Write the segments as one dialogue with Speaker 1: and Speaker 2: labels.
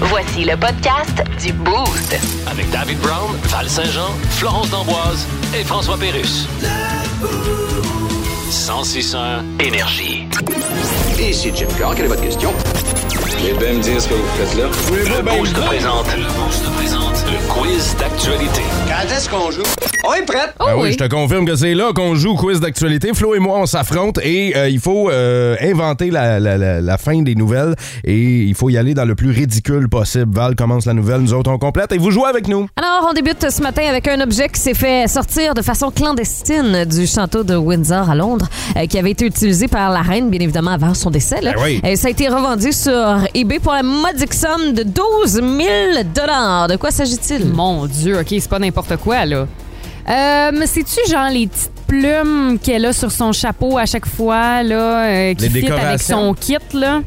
Speaker 1: Voici le podcast du Boost.
Speaker 2: Avec David Brown, Val Saint-Jean, Florence D'Amboise et François Pérus. 1061 Énergie.
Speaker 3: Ici Jim Carr, quelle est votre question?
Speaker 4: Et bien me dire ce que vous faites là.
Speaker 2: Le Boost présente. Le Boost présente. Le quiz d'actualité.
Speaker 3: Quand est-ce qu'on joue? On est prêt!
Speaker 5: Oh,
Speaker 6: Ah oui,
Speaker 7: oui.
Speaker 6: je te confirme que c'est là qu'on joue au quiz d'actualité. Flo et moi, on s'affronte et euh, il faut euh, inventer la, la- la- la fin des nouvelles et il faut y aller dans le plus ridicule possible. Val commence la nouvelle, nous autres on complète et vous jouez avec nous.
Speaker 7: Alors, on débute ce matin avec un objet qui s'est fait sortir de façon clandestine du château de Windsor à Londres, euh, qui avait été utilisé par la reine, bien évidemment, avant son décès. là.
Speaker 6: Ben oui.
Speaker 7: Euh, ça a été revendu sur eBay pour la modique somme de 12 000 De quoi s'agit-il?
Speaker 8: Mon Dieu, OK, c'est pas n'importe quoi, là. Euh, C'est-tu genre les petites plumes qu'elle a sur son chapeau à chaque fois, là, euh, qui
Speaker 6: Les
Speaker 8: fit avec
Speaker 6: décorations.
Speaker 8: son kit, là?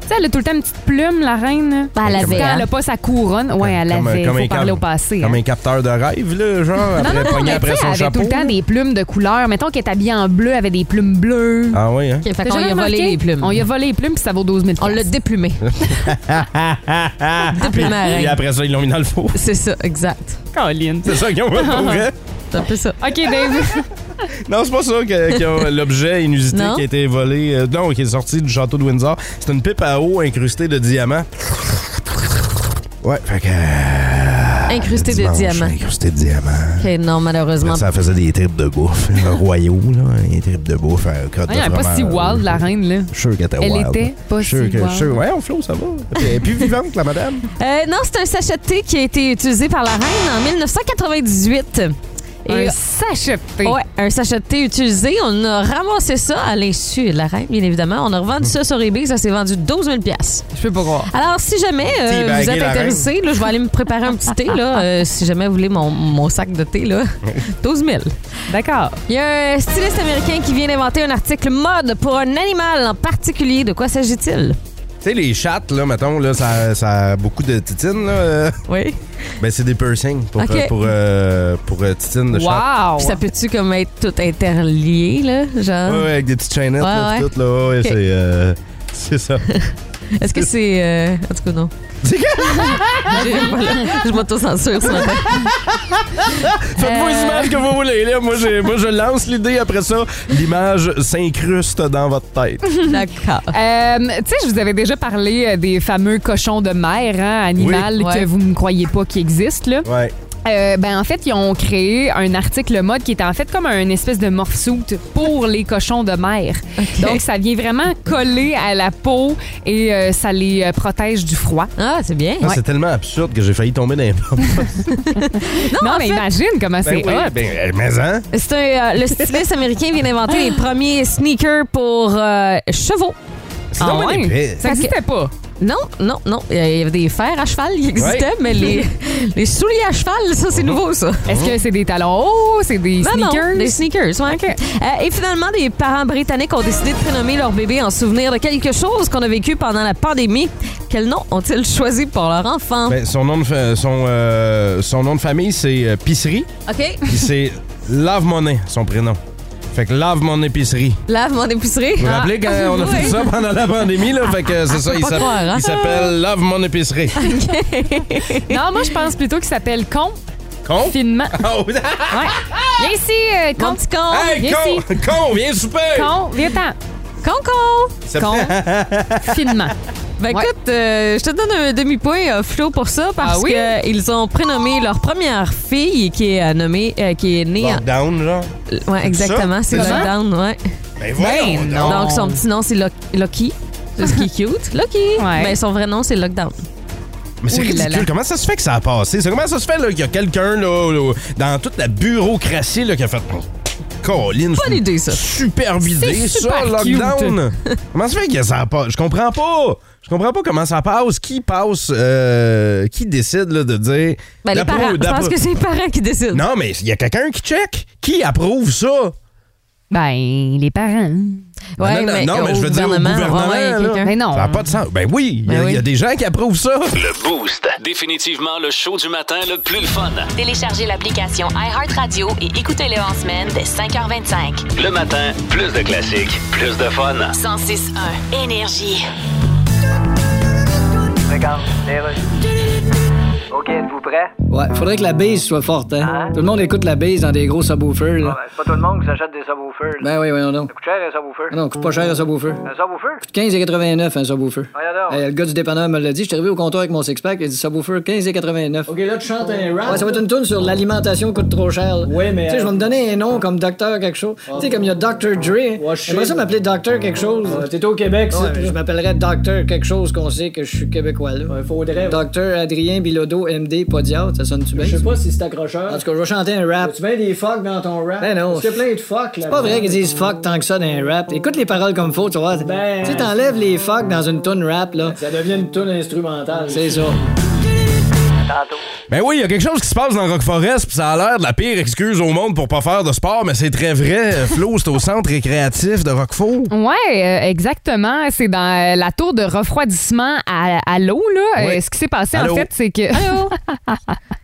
Speaker 8: Tu sais, elle a tout le temps une petite plume, la reine. là.
Speaker 7: Ben, elle
Speaker 8: Quand
Speaker 7: avait,
Speaker 8: elle
Speaker 7: hein.
Speaker 8: a pas sa couronne. Ouais, elle
Speaker 6: Comme-
Speaker 8: avait.
Speaker 6: comme un
Speaker 8: faut parler
Speaker 6: cap-
Speaker 8: au passé.
Speaker 6: Comme
Speaker 8: hein.
Speaker 6: un capteur de rêve, là, genre,
Speaker 8: Non, non,
Speaker 6: après, pogné
Speaker 8: non, mais tu sais,
Speaker 6: après
Speaker 8: elle
Speaker 6: son
Speaker 8: avait
Speaker 6: chapeau.
Speaker 8: tout le temps des plumes de couleur. Mettons qu'elle est habillée en bleu, elle avait des plumes bleues.
Speaker 6: Ah oui, hein?
Speaker 7: Ok, fait
Speaker 8: T'as
Speaker 7: qu'on lui
Speaker 8: jamais
Speaker 7: a volé
Speaker 8: remarqué?
Speaker 7: les plumes.
Speaker 8: On lui a volé les plumes, puis ça vaut 12 000
Speaker 7: On l'a
Speaker 8: piastres.
Speaker 7: déplumé.
Speaker 6: Puis,
Speaker 7: déplumé à
Speaker 6: puis
Speaker 7: la reine.
Speaker 6: après ça, ils l'ont mis dans le four.
Speaker 7: C'est ça, exact.
Speaker 8: Colline.
Speaker 6: C'est ça qu'ils ont retrouvé.
Speaker 7: C'est un peu ça.
Speaker 8: OK, ben, Dave.
Speaker 6: Non, c'est pas ça que- qu'ils ont- l'objet inusité
Speaker 7: Non?
Speaker 6: qui a été volé. euh, non, qui est sorti du château de Windsor. C'est une pipe à eau incrustée de diamants. Ouais, fait que. euh,
Speaker 7: Incrusté de
Speaker 6: dimanche,
Speaker 7: diamants.
Speaker 6: Ah, Incrusté de diamants.
Speaker 7: Ok, non, malheureusement.
Speaker 6: Ça faisait des tripes de bouffe. Le royaume, là, des tripes de bouffe. un euh, code de
Speaker 8: Elle est pas
Speaker 6: fromage.
Speaker 8: si wild, la reine, là.
Speaker 6: Je suis sûr qu'elle était
Speaker 8: Elle
Speaker 6: wild.
Speaker 8: était pas
Speaker 6: Je suis sûr
Speaker 8: si
Speaker 6: que-
Speaker 8: wild.
Speaker 6: je suis sûr- Ouais, on flot, ça va. Elle est plus vivante, la madame.
Speaker 7: Euh, non, c'est un sachet de thé qui a été utilisé par la reine en 1998. Et euh,
Speaker 8: Un sachet de thé.
Speaker 7: Ouais, un sachet de thé utilisé. On a ramassé ça à l'insu de la reine, bien évidemment. On a revendu ça sur eBay. Ça s'est vendu 12 000
Speaker 8: Hmm. Je peux pas croire.
Speaker 7: Alors, si jamais euh,
Speaker 6: Teabaguer
Speaker 7: vous êtes
Speaker 6: la
Speaker 7: intéressé, là, je vais aller me préparer un petit thé. Là, euh, si jamais vous voulez mon, mon sac de thé, là, 12 000
Speaker 8: D'accord.
Speaker 7: Il y a un styliste américain qui vient d'inventer un article mode pour un animal en particulier. De quoi s'agit-il?
Speaker 6: Tu sais, les chattes, là, mettons, là, ça, ça a beaucoup de titines, là. euh,
Speaker 7: Oui.
Speaker 6: Ben, c'est des piercings pour,
Speaker 7: Ok.
Speaker 6: euh, pour, euh, pour, euh, titines de chatte.
Speaker 8: Wow.
Speaker 7: Puis ça peut-tu comme être tout interlié, là? Genre,
Speaker 6: Ouais, ouais, avec des petites chaînettes,
Speaker 7: Hein? Ouais,
Speaker 6: là, pis
Speaker 7: ouais.
Speaker 6: tout, là. Ouais,
Speaker 7: Ok.
Speaker 6: c'est, euh, c'est ça.
Speaker 7: est-ce que c'est... euh, En tout cas, non.
Speaker 6: C'est que-
Speaker 7: J'ai- voilà, je m'auto-censure ce matin.
Speaker 6: Faites-vous
Speaker 8: Euh,
Speaker 6: les images que vous voulez, là. Moi, j'ai- moi, je lance l'idée. Après ça, l'image s'incruste dans votre tête.
Speaker 7: D'accord.
Speaker 8: Euh, tu sais, je vous avais déjà parlé euh, des fameux cochons de mer, hein, animal
Speaker 7: Oui.
Speaker 8: que
Speaker 7: Ouais.
Speaker 8: vous ne croyez pas qui existent. Là.
Speaker 6: Ouais. Ah,
Speaker 8: Euh, ben en fait, ils ont créé un article mode qui est en fait comme un espèce de morphsuit pour les cochons de mer. Donc ça vient vraiment coller à la peau et euh, ça les euh, protège du froid.
Speaker 7: Ah, c'est bien.
Speaker 6: Ah, C'est tellement absurde que j'ai failli tomber dans les pommes.
Speaker 8: Non,
Speaker 7: en
Speaker 8: mais
Speaker 7: fait-
Speaker 8: imagine
Speaker 7: Ah,
Speaker 8: comment c'est
Speaker 6: oui,
Speaker 8: hot.
Speaker 6: ben, euh, mais hein?
Speaker 7: C'est un, euh, le styliste américain vient d'inventer les premiers sneakers pour euh, chevaux.
Speaker 6: C'est
Speaker 8: Ah
Speaker 6: donc bien
Speaker 8: ouais?
Speaker 6: épais.
Speaker 8: Ça
Speaker 7: Parce que-
Speaker 8: n'existait pas.
Speaker 7: Non, non, non. Il y avait des fers à cheval qui existaient,
Speaker 6: Ouais. Mhm.
Speaker 7: mais les, les souliers à cheval, ça, c'est nouveau, ça.
Speaker 8: Est-ce que c'est des talons hauts, c'est des
Speaker 7: Non, non,
Speaker 8: sneakers?
Speaker 7: des sneakers, ouais. Euh, et finalement, des parents britanniques ont décidé de prénommer leur bébé en souvenir de quelque chose qu'on a vécu pendant la pandémie. Quel nom ont-ils choisi pour leur enfant?
Speaker 6: Ben, son, nom de fa- son, euh, son nom de famille, c'est euh, Pisserie.
Speaker 7: OK.
Speaker 6: Puis c'est Lave Monnaie, son prénom. Fait que Lave Mon Épicerie.
Speaker 7: Lave mon épicerie.
Speaker 6: Vous vous rappelez quand on a fait
Speaker 7: Ah. Oui.
Speaker 6: ça pendant la pandémie, là? Fait que c'est ça, il
Speaker 7: Pas
Speaker 6: s'appelle-
Speaker 7: croire, hein? Ah,
Speaker 6: il s'appelle Lave Mon Épicerie.
Speaker 8: Non, moi je pense plutôt qu'il s'appelle con
Speaker 6: Con?
Speaker 8: finement.
Speaker 6: Oh,
Speaker 8: Ouais. Viens ici, euh,
Speaker 7: Mon
Speaker 8: con.
Speaker 7: petit con.
Speaker 6: hey,
Speaker 8: viens
Speaker 6: con!
Speaker 8: ici.
Speaker 6: Con, viens souper!
Speaker 8: Con, viens-t'en.
Speaker 7: Con, con.
Speaker 6: Ça- hein?
Speaker 8: Con, finement.
Speaker 7: Ben
Speaker 8: Ouais.
Speaker 7: écoute, euh, je te donne un demi-point euh, Flo pour ça parce
Speaker 8: Ah oui?
Speaker 7: que qu'ils ont prénommé leur première fille qui est euh, nommée euh, qui est née en-
Speaker 6: Lockdown, genre.
Speaker 7: Euh, Ouais, exactement, c'est
Speaker 6: C'est
Speaker 8: ça?
Speaker 7: lockdown, ouais.
Speaker 6: Ben voyons
Speaker 8: Ben
Speaker 6: donc.
Speaker 8: non.
Speaker 7: Donc son petit nom c'est Lo- Lucky. Ce qui est cute. Lucky.
Speaker 8: Ouais.
Speaker 7: Mais son vrai nom c'est Lockdown.
Speaker 6: Mais c'est
Speaker 8: Ouh là
Speaker 6: ridicule.
Speaker 8: là.
Speaker 6: Comment ça se fait que ça a passé? C'est comment ça se fait là, qu'il y a quelqu'un là, là, dans toute la bureaucratie là, qui a fait. oh, Colline,
Speaker 7: Bonne idée ça.
Speaker 6: Super vidé,
Speaker 8: C'est
Speaker 6: ça,
Speaker 8: super cute.
Speaker 6: lockdown. comment ça fait que ça passe? Je comprends pas. Je comprends pas comment ça passe. Qui passe? euh, qui décide là, de dire.
Speaker 7: Ben les
Speaker 6: d'approuve,
Speaker 7: parents, je pense
Speaker 6: d'approuve.
Speaker 7: que c'est les parents qui décident.
Speaker 6: Non, mais il y a quelqu'un qui check. Qui approuve ça?
Speaker 8: Ben, les parents.
Speaker 7: Ouais,
Speaker 6: non, non,
Speaker 7: mais,
Speaker 6: non, mais
Speaker 7: au
Speaker 6: je veux dire au gouvernement,
Speaker 7: ouais, ouais,
Speaker 6: là.
Speaker 7: quelqu'un.
Speaker 8: Mais non.
Speaker 6: Ça n'a pas de sens. Ben oui, il y a-
Speaker 7: Ben
Speaker 6: il y, a
Speaker 7: oui.
Speaker 6: des gens qui approuvent ça.
Speaker 2: Le Boost. Définitivement le show du matin le plus le fun.
Speaker 1: Téléchargez l'application iHeartRadio et écoutez-le en semaine dès 5h25.
Speaker 2: Le matin, plus de classiques, plus de fun.
Speaker 1: 106.1 Énergie.
Speaker 3: Regarde,
Speaker 9: OK, êtes-vous prêts?
Speaker 10: Ouais, faudrait que la base soit forte, hein? Tout le monde écoute la base dans des gros subwoofers, là.
Speaker 9: c'est pas tout le monde qui s'achète des subwoofers.
Speaker 10: Ben oui, voyons donc.
Speaker 9: coûte cher, un subwoofer.
Speaker 10: Ah Non, coûte pas cher un subwoofer.
Speaker 9: Un subwoofer?
Speaker 10: 15,89 un subwoofer.
Speaker 9: Voyons donc.
Speaker 10: Hey, le gars du dépanneur me l'a dit, je suis arrivé au comptoir avec mon six-pack, il a dit subwoofer 15,89. Ok, là tu chantes un rap. Ouais, ça va être une tune sur l'alimentation coûte trop cher. Ouais, mais. euh, Tu sais, je vais me donner un nom comme docteur quelque chose. Tu sais, comme il y a Dr. Dre. J'aimerais ça m'appeler docteur quelque chose. T'es au Québec, ça. je m'appellerais docteur quelque chose qu'on sait que je suis québécois là. faudrait. Docteur Adrien Bilodeau, MD, Podiatre, ça sonne-tu bien? Je sais pas si c'est accrocheur. En tout cas, je vais chanter un rap. Tu mets des fuck dans ton rap. Ben non. C'est plein de fuck là. C'est pas vrai qu'ils disent fuck tant que ça dans un rap. Écoute les paroles comme faut, tu vois. Ben. Tu sais, t'enlèves les fuck dans une tune rap là. Ça devient une tune instrumentale. C'est ça.
Speaker 6: Ben oui, il y a quelque chose qui se passe dans Rock Forest, puis ça a l'air de la pire excuse au monde pour pas faire de sport, mais c'est très vrai. Flo, c'est au centre récréatif de Roquefort.
Speaker 8: Ouais, euh, exactement. C'est dans euh, la tour de refroidissement à, à l'eau, là.
Speaker 6: Ouais.
Speaker 8: Euh, ce qui s'est passé,
Speaker 6: Allô?
Speaker 8: en fait, c'est que.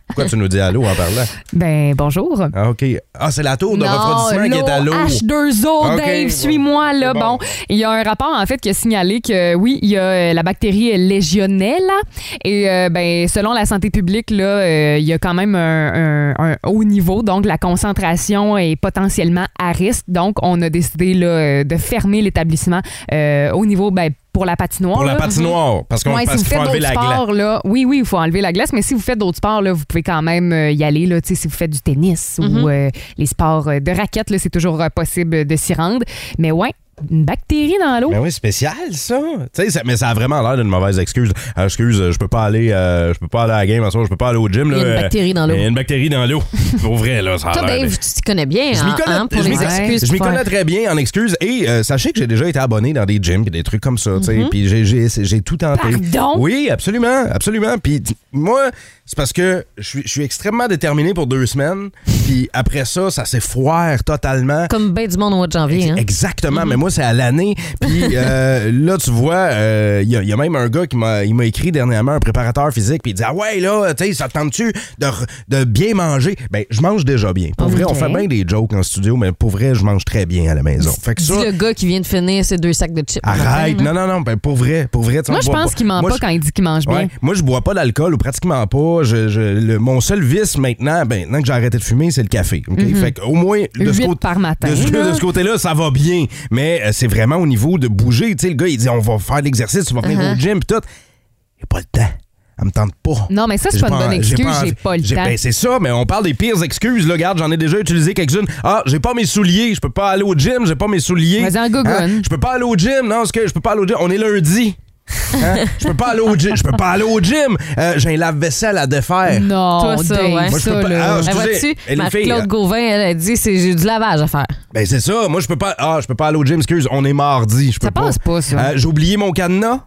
Speaker 6: Pourquoi tu nous dis allô en parlant?
Speaker 8: ben, bonjour.
Speaker 6: Ah, OK. Ah, c'est la tour de refroidissement qui est à l'eau.
Speaker 8: H2O,
Speaker 6: Ah, Ok,
Speaker 8: Dave,
Speaker 6: bon.
Speaker 8: suis-moi, là.
Speaker 6: C'est
Speaker 8: Bon.
Speaker 6: bon.
Speaker 8: il y a un rapport, en fait, qui a signalé que, oui, il y a euh, la bactérie Legionella. Et, euh, ben, selon la santé publique, là, euh, il y a quand même un, un- un haut niveau. Donc, la concentration est potentiellement à risque. Donc, on a décidé, là, euh, de fermer l'établissement euh, au niveau, ben, pour la patinoire.
Speaker 6: Pour la
Speaker 8: là.
Speaker 6: patinoire, parce qu'on
Speaker 8: Ouais,
Speaker 6: parce
Speaker 8: si vous
Speaker 6: qu'il faut
Speaker 8: faites
Speaker 6: enlever
Speaker 8: d'autres
Speaker 6: la glace.
Speaker 8: sports, là, oui, oui, il faut enlever la glace, mais si vous faites d'autres sports, là, vous pouvez quand même euh, y aller. Là, tu sais, si vous faites du tennis
Speaker 7: Mhm.
Speaker 8: ou euh, les sports euh, de raquettes, là, c'est toujours euh, possible de s'y rendre. Mais ouais, une bactérie dans l'eau.
Speaker 6: Ben oui, spécial ça. Tu sais, ça- mais ça a vraiment l'air d'une mauvaise excuse. Ah, excuse, euh, je peux pas aller, euh, je peux pas aller à la game, en ce moment, je peux pas aller au gym.
Speaker 7: Il y
Speaker 6: là,
Speaker 7: a une
Speaker 6: euh,
Speaker 7: bactérie dans l'eau. ben,
Speaker 6: Il y a une bactérie dans l'eau. Pour vrai, là, ça a
Speaker 7: Toi,
Speaker 6: l'air
Speaker 7: Dave,
Speaker 6: d'être-
Speaker 7: tu t'y connais bien
Speaker 6: Je m'y
Speaker 7: hein,
Speaker 6: connais,
Speaker 7: hein, pour
Speaker 6: je
Speaker 7: les
Speaker 6: m'y connais-
Speaker 7: excuses.
Speaker 6: je m'y
Speaker 7: pour faire-
Speaker 6: connais très bien en excuses et euh, sachez que j'ai déjà été abonné dans des gyms et des trucs comme ça, tu
Speaker 7: Mhm.
Speaker 6: sais, puis j'ai- j'ai j'ai tout tenté.
Speaker 8: Pardon?
Speaker 6: Oui, absolument, absolument. Puis t- moi, c'est parce que je suis- je suis extrêmement déterminé pour deux semaines, puis après ça, ça s'effoire totalement.
Speaker 7: Comme ben du monde au mois de janvier. Hein.
Speaker 6: Exactement, mais moi, c'est à l'année. Puis euh, là, tu vois, euh, il y, a- il y a même un gars qui m'a il m'a écrit dernièrement, un préparateur physique, puis il dit Ah ouais, là, tu sais, ça te tente-tu de, re- de bien manger Ben, je mange déjà bien. Pour vrai, on
Speaker 7: Ah Ok.
Speaker 6: fait bien des jokes en studio, mais pour vrai, je mange très bien à la maison. Fait que
Speaker 7: Dis
Speaker 6: ça.
Speaker 7: le gars qui vient de finir ses deux sacs de chips.
Speaker 6: Arrête, non, non, non, ben, pour vrai, pour vrai. tu sais,
Speaker 8: hein. Moi,
Speaker 6: on
Speaker 8: je
Speaker 6: boit
Speaker 8: pense
Speaker 6: pas.
Speaker 8: qu'il ment
Speaker 6: Moi,
Speaker 8: pas
Speaker 6: je-
Speaker 8: quand il dit qu'il mange bien.
Speaker 6: Ouais. Moi, je bois pas d'alcool ou pratiquement pas. Je, je- le- mon seul vice maintenant, ben, maintenant que j'ai arrêté de fumer, c'est le café. OK? Fait que, au moins, de ce
Speaker 8: Mhm. Huit
Speaker 6: côté-
Speaker 8: par matin,
Speaker 6: de ce-
Speaker 8: là.
Speaker 6: de ce côté-là, ça va bien. Mais euh, c'est vraiment au niveau de bouger. Tu sais, le gars, il dit on va faire de l'exercice, tu vas
Speaker 8: Uh-huh.
Speaker 6: venir au gym, pis tout. J'ai pas le temps. Elle me tente pas.
Speaker 8: Non, mais ça, c'est
Speaker 6: J'ai
Speaker 8: pas une bonne
Speaker 6: envie-
Speaker 8: excuse,
Speaker 6: envie-
Speaker 8: j'ai pas le temps.
Speaker 6: ben, c'est ça, mais on parle des pires excuses. Là, regarde, j'en ai déjà utilisé quelques-unes. Ah, j'ai pas mes souliers, je peux pas aller au gym, j'ai pas mes souliers.
Speaker 8: Vas-y, en gogoune.
Speaker 6: Hein? Je peux pas aller au gym, non, parce que je peux pas aller au gym. On est lundi. Hein? Je peux pas aller au gym. Je peux pas aller au gym. Euh, j'ai un lave-vaisselle à défaire.
Speaker 8: Non,
Speaker 7: Toi, ça,
Speaker 8: Dave,
Speaker 7: ouais.
Speaker 6: Moi, je peux
Speaker 8: ça,
Speaker 6: pas-
Speaker 8: là.
Speaker 6: Ah,
Speaker 7: Ben,
Speaker 6: excusez,
Speaker 7: vois-tu,
Speaker 6: et les filles,
Speaker 7: Marc-Claude
Speaker 6: hein?
Speaker 7: Gauvin, elle a dit c'est j'ai du lavage à faire.
Speaker 6: Ben c'est ça. Moi je peux pas. Ah, je peux pas aller au gym. Excuse, on est mardi. Je peux
Speaker 8: Ça
Speaker 6: pas.
Speaker 8: passe pas, ça.
Speaker 6: Euh, j'ai oublié mon cadenas.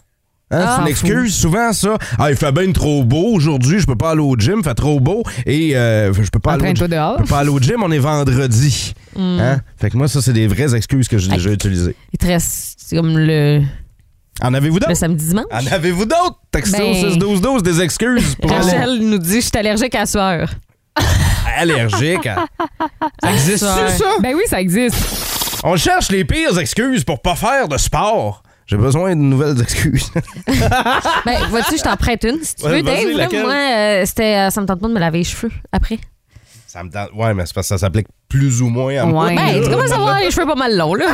Speaker 6: Hein,
Speaker 8: Ah,
Speaker 6: c'est une
Speaker 8: fou.
Speaker 6: excuse, souvent ça. Ah, il fait bien trop beau aujourd'hui, je peux pas aller au gym, il fait trop beau et euh, je peux pas aller au
Speaker 8: Entraîne-toi
Speaker 6: gym.
Speaker 8: dehors. Hmm.
Speaker 6: Je peux pas aller au gym, on est vendredi. Hein? Fait que moi ça c'est des vraies excuses que j'ai déjà utilisées.
Speaker 7: Il te reste c'est comme le,
Speaker 6: En avez-vous
Speaker 7: le
Speaker 6: d'autres
Speaker 7: samedi dimanche.
Speaker 6: En avez-vous d'autres Texto
Speaker 8: Ben-
Speaker 6: 61212 des excuses pour aller
Speaker 7: Rachel nous dit je suis allergique à la sueur. Ah,
Speaker 6: allergique. à- Ça existe ça
Speaker 8: Ben oui, ça existe.
Speaker 6: On cherche les pires excuses pour pas faire de sport. J'ai besoin de nouvelles excuses.
Speaker 7: Ben, vois-tu, je t'en prête une si tu
Speaker 6: Ouais,
Speaker 7: veux,
Speaker 6: vas-y,
Speaker 7: Dave. là.
Speaker 6: laquelle?
Speaker 7: moi, euh, c'était, euh, ça me tente pas de me laver les cheveux après.
Speaker 6: Ça me tente- Ouais, mais c'est parce que ça s'applique plus ou moins à moi.
Speaker 8: Ouais.
Speaker 7: Ben, tu commences à avoir les cheveux pas mal longs, là.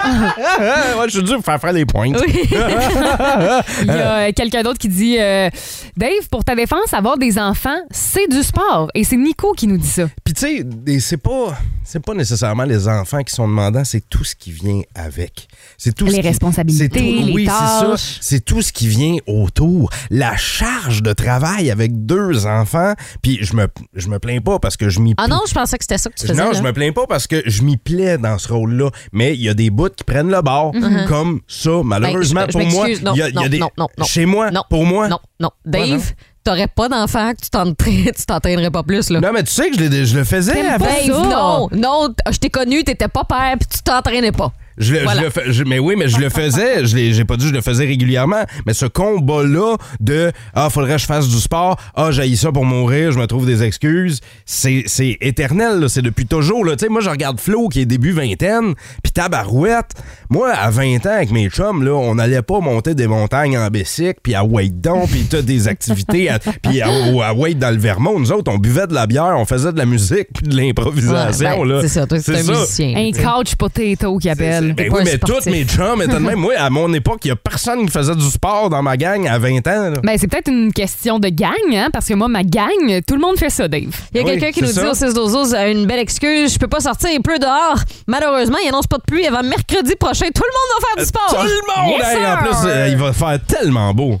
Speaker 6: Ah, ouais, je suis dû pour faire faire les pointes. Ah,
Speaker 7: Oui.
Speaker 8: Il y a euh, quelqu'un d'autre qui dit euh, Dave, pour ta défense, avoir des enfants, c'est du sport. Et c'est Nico qui nous dit ça.
Speaker 6: Puis tu sais, des- c'est pas c'est pas nécessairement les enfants qui sont demandants, c'est tout ce qui vient avec. C'est tout ce
Speaker 8: Les
Speaker 6: qui-
Speaker 8: responsabilités,
Speaker 6: c'est tout-
Speaker 8: les
Speaker 6: oui, c'est
Speaker 8: tâches.
Speaker 6: ça. C'est tout ce qui vient autour. La charge de travail avec deux enfants, puis je me je me plains pas parce que je m'y
Speaker 7: Ah non, je pensais que c'était ça que tu faisais.
Speaker 6: Non,
Speaker 7: là.
Speaker 6: je me plains pas parce que je m'y plais dans ce rôle-là, mais il y a des bouts qui prennent le bord, Mm-hmm. comme ça, malheureusement
Speaker 7: Mm-hmm. Ben, je- je
Speaker 6: pour moi.
Speaker 7: m'excuse. Non,
Speaker 6: il y a- il y a
Speaker 7: non,
Speaker 6: des-
Speaker 7: non, non, non.
Speaker 6: Chez moi,
Speaker 7: Non,
Speaker 6: pour moi.
Speaker 7: Non, non.
Speaker 6: Ouais, non.
Speaker 7: Dave, t'aurais pas d'enfant que tu t'entraînerais, tu t'entraînerais pas plus, là.
Speaker 6: Non, mais tu sais que je, l'ai- je le faisais
Speaker 8: T'aimes
Speaker 6: avant.
Speaker 8: pas
Speaker 7: Dave,
Speaker 8: ça.
Speaker 7: non, non, t- je t'ai connu, t'étais pas père, puis tu t'entraînais pas.
Speaker 6: Je le, je
Speaker 7: Voilà.
Speaker 6: le fais- je- mais oui, mais je le faisais. Je l'ai- j'ai pas dit que je le faisais régulièrement. Mais ce combat-là de Ah, faudrait que je fasse du sport. Ah, j'ai ça pour mourir. Je me trouve des excuses. C'est c'est éternel. là. C'est depuis toujours. là. Tu sais, moi, je regarde Flo qui est début vingtaine. Puis tabarouette. Moi, à 20 ans, avec mes chums, là, on n'allait pas monter des montagnes en bicycle. Puis à Waidon. Puis t'as des activités. à- Puis à, ou à Wade dans le Vermont. Nous autres, on buvait de la bière. On faisait de la musique. Puis de l'improvisation.
Speaker 7: Ouais, ben,
Speaker 6: là.
Speaker 7: c'est ça, toi, c'est un musicien.
Speaker 8: Un couch potato qui appelle.
Speaker 6: Ben
Speaker 7: pas
Speaker 6: oui,
Speaker 7: un
Speaker 6: mais
Speaker 7: sportif.
Speaker 6: tous mes chums étaient de même. Moi, à mon époque, il n'y a personne qui faisait du sport dans ma gang à 20 ans. là.
Speaker 8: Ben, c'est peut-être une question de gang, hein, parce que moi, ma gang, tout le monde fait ça, Dave.
Speaker 7: Il y a
Speaker 6: Oui,
Speaker 7: quelqu'un qui
Speaker 6: c'est
Speaker 7: nous dit
Speaker 6: ça.
Speaker 7: au 6 12 euh, une belle excuse, je peux pas sortir, il pleut dehors. Malheureusement, il annonce pas de pluie avant mercredi prochain. Tout le monde va faire du sport.
Speaker 6: Euh,
Speaker 7: hein?
Speaker 6: Tout le monde!
Speaker 7: Yes,
Speaker 6: hey, en
Speaker 7: sir!
Speaker 6: plus, euh, il va faire tellement beau.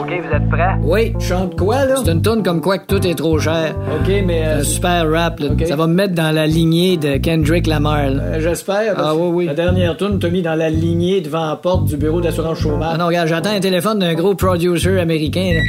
Speaker 9: OK, vous êtes prêts?
Speaker 10: Oui, chante quoi, là? C'est une tourne comme quoi que tout est trop cher. OK, mais... euh, Un super rap, là. Ça va me mettre dans la lignée de Kendrick Lamar, J'espère. Ah oui, oui. La dernière tourne t'a mis dans la lignée devant la porte du bureau d'assurance chômage. Ah non, regarde, j'attends un téléphone d'un gros producer américain, là.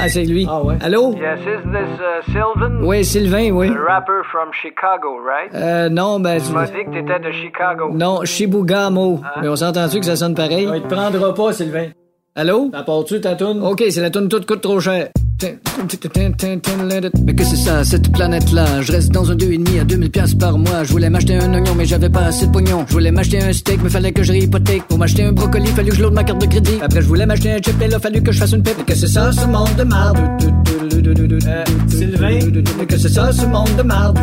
Speaker 10: Ah, c'est lui. Ah ouais? Allô?
Speaker 9: Yes, is this uh, Sylvan?
Speaker 10: Oui, Sylvain, oui.
Speaker 9: The rapper from Chicago, right?
Speaker 10: Euh, non, ben...
Speaker 9: Tu m'as dit que t'étais de Chicago.
Speaker 10: Non, Shibugamo. Mais on s'entend-tu que ça sonne pareil?
Speaker 11: Ah. Il te prendra pas, Sylvain.
Speaker 10: Allô?
Speaker 11: Apportes-tu ta toune?
Speaker 10: Ok, c'est la toune toute coûte trop cher. Mais que c'est ça, cette planète-là? Je reste dans un 2,5 à 2000 piastres par mois. Je voulais m'acheter un oignon, mais j'avais pas assez de pognon. Je voulais m'acheter un steak, mais fallait que je réhypothèque. Pour m'acheter un brocoli, fallu que je load ma carte de crédit. Après, je voulais m'acheter un chip, et là, fallu que je fasse une pipe. Mais que c'est ça, ce monde de marde? Euh,
Speaker 11: Sylvain?
Speaker 10: Mais que c'est ça, ce monde de marde?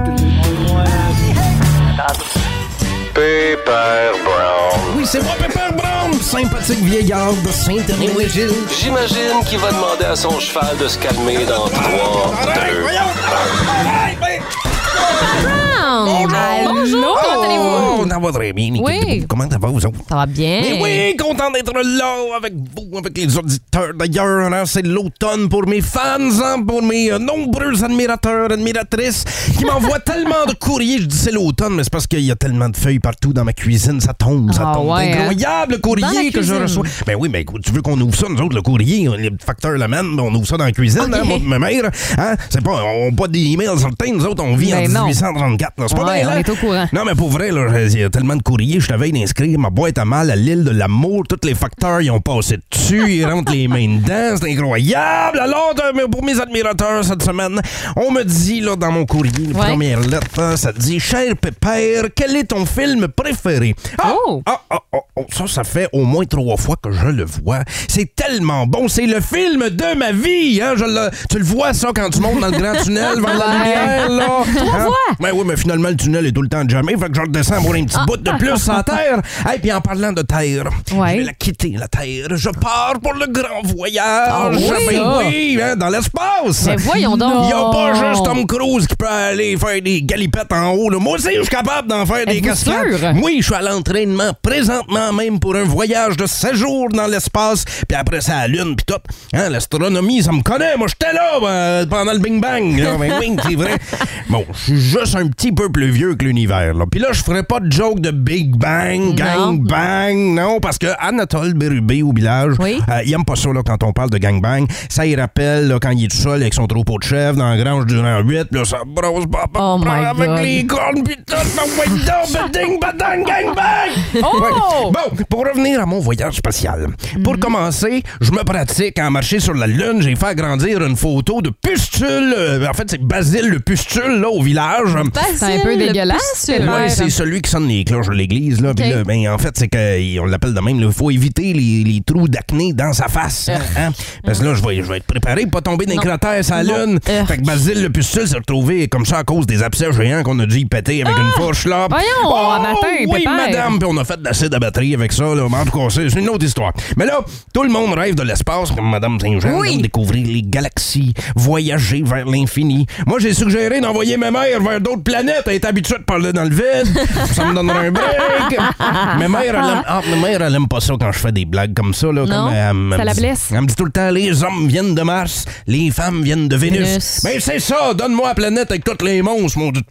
Speaker 6: Oui, c'est moi, Pepper Brown, sympathique vieillard de saint denis les gilles
Speaker 2: J'imagine qu'il va demander à son cheval de se calmer dans 3, 2,
Speaker 7: Bonjour, comment allez-vous?
Speaker 6: Oh, ça va très bien.
Speaker 7: Ah! Oui.
Speaker 6: Comment ça va, vous autres?
Speaker 7: Ça va bien.
Speaker 6: Mais oui, content d'être là avec vous, avec les auditeurs. D'ailleurs, hein, c'est l'automne pour mes fans, hein, pour mes euh, nombreux admirateurs, admiratrices qui m'envoient tellement de courriers. Je dis c'est l'automne, mais c'est parce qu'il y a tellement de feuilles partout dans ma cuisine. Ça tombe, ça
Speaker 7: Ah
Speaker 6: tombe.
Speaker 7: ouais, hein?
Speaker 6: Incroyable le
Speaker 7: Dans la
Speaker 6: courrier que je
Speaker 7: cuisine.
Speaker 6: reçois. Ben oui, mais écoute, tu veux qu'on ouvre ça, nous autres, le courrier, hein, les facteurs l'amènent, on ouvre ça dans la cuisine, hein, moi et ma mère. Hein? C'est pas, on n'a pas des emails sur le teint, nous autres, on vit
Speaker 7: Ben
Speaker 6: en
Speaker 7: non.
Speaker 6: 1834. là. C'est pas
Speaker 8: Ouais,
Speaker 6: bien,
Speaker 8: on
Speaker 6: hein?
Speaker 8: est au courant.
Speaker 6: Non, mais pour vrai, là, il y a tellement de courriers, je t'avais d'inscrire ma boîte à mal à l'île de l'amour. Tous les facteurs, ils ont passé dessus, ils rentrent les mains dedans, c'est incroyable. Alors, de- mais pour mes admirateurs cette semaine, on me dit, là, dans mon courrier, la
Speaker 7: Ouais.
Speaker 6: première lettre, hein, ça dit Cher Pépère, quel est ton film préféré Ah,
Speaker 7: Oh!
Speaker 6: ah, ah, ah, ah, ça, ça fait au moins trois fois que je le vois. C'est tellement bon, c'est le film de ma vie. Hein? Je le- tu le vois, ça, quand tu montes dans le grand tunnel vers la lumière, là. Trois
Speaker 7: fois?
Speaker 6: Ben oui, mais finalement, le tunnel est tout le temps jamais. Fait que je redescends pour une
Speaker 7: Ah.
Speaker 6: petite bout de plus sans terre. Ah, Et puis en parlant de terre,
Speaker 8: Ouais.
Speaker 6: je vais la quitter, la terre. Je pars pour le grand voyage.
Speaker 8: Ah oui,
Speaker 6: Ben
Speaker 8: ça. Ben,
Speaker 6: oui, hein, dans l'espace.
Speaker 7: Mais voyons
Speaker 8: Non.
Speaker 7: donc.
Speaker 6: Il n'y a pas
Speaker 8: Non.
Speaker 6: juste Tom Cruise qui peut aller faire des galipettes en haut. là. Moi aussi, je suis capable d'en faire des
Speaker 8: Êtes-vous sûr?
Speaker 6: cascades. Oui, je suis à l'entraînement présentement même pour un voyage de 16 jours dans l'espace, puis après ça à la Lune, puis tout. Hein, L'astronomie, ça me connaît. Moi, j'étais là ben, pendant le Big Bang. là. Ben oui, c'est vrai. Bon, je suis juste un petit peu plus vieux que l'univers. là. Puis là, je ferai pas de joke de Big Bang, Gang Bang, non, parce que Anatole Bérubé au village,
Speaker 7: Oui.
Speaker 6: euh, il aime pas ça là, quand on parle de gangbang. Ça, il rappelle là, quand il est tout seul avec son troupeau de chèvres dans la grange durant 8, là, ça brosse pas
Speaker 7: Oh my
Speaker 6: avec
Speaker 7: God.
Speaker 6: les cornes, pis tout, ben, ouais, donc, ben, ding, ben, dang, gangbang!
Speaker 8: Oh! Mhm.
Speaker 6: Bon, pour revenir à mon voyage spatial, pour commencer, je me pratique à marcher sur la Lune. J'ai fait agrandir une photo de pustule. euh, en fait, c'est Basile le pustule, là, au village.
Speaker 8: C'est un peu dégueulasse.
Speaker 6: Ouais, c'est celui qui sonne les cloches de l'église. Là. Puis
Speaker 7: Ok.
Speaker 6: là, ben, en fait, c'est qu'on l'appelle de même. Il faut éviter les, les trous d'acné dans sa face.
Speaker 8: Euh.
Speaker 6: hein. Parce que là, je vais, je vais être préparé pour pas tomber dans les
Speaker 7: Non.
Speaker 6: cratères sur la
Speaker 7: Non.
Speaker 6: lune.
Speaker 8: Euh.
Speaker 7: Urgh.
Speaker 6: Fait que Basile le pustule s'est retrouvé comme ça à cause des abcès géants qu'on a dû y péter avec une fourche. Là.
Speaker 8: Ah! Voyons,
Speaker 6: oh,
Speaker 8: à matin,
Speaker 6: Oui,
Speaker 8: pépère.
Speaker 6: madame. Puis on a fait de l'acide à batterie avec ça. Là. Mais En tout cas, c'est c'est une autre histoire. Mais là, tout le monde rêve de l'espace, comme madame Saint-Jean,
Speaker 7: Oui.
Speaker 6: de découvrir les galaxies, voyager vers l'infini. Moi, j'ai suggéré d'envoyer ma mère vers d'autres planètes. elle est habituée de parler dans le vide. ça me donnerait un break. ma, mère, elle aime, ah, ma mère, elle aime pas ça quand je fais des blagues comme ça. Là,
Speaker 8: Non,
Speaker 6: comme, euh, elle me-
Speaker 8: ça la
Speaker 6: me dit-
Speaker 8: blesse.
Speaker 6: Elle me dit tout le temps les hommes viennent de Mars, les femmes viennent de Vénus.
Speaker 7: Vénus.
Speaker 6: Mais c'est ça, donne-moi la planète avec tous les monstres, mon Dieu.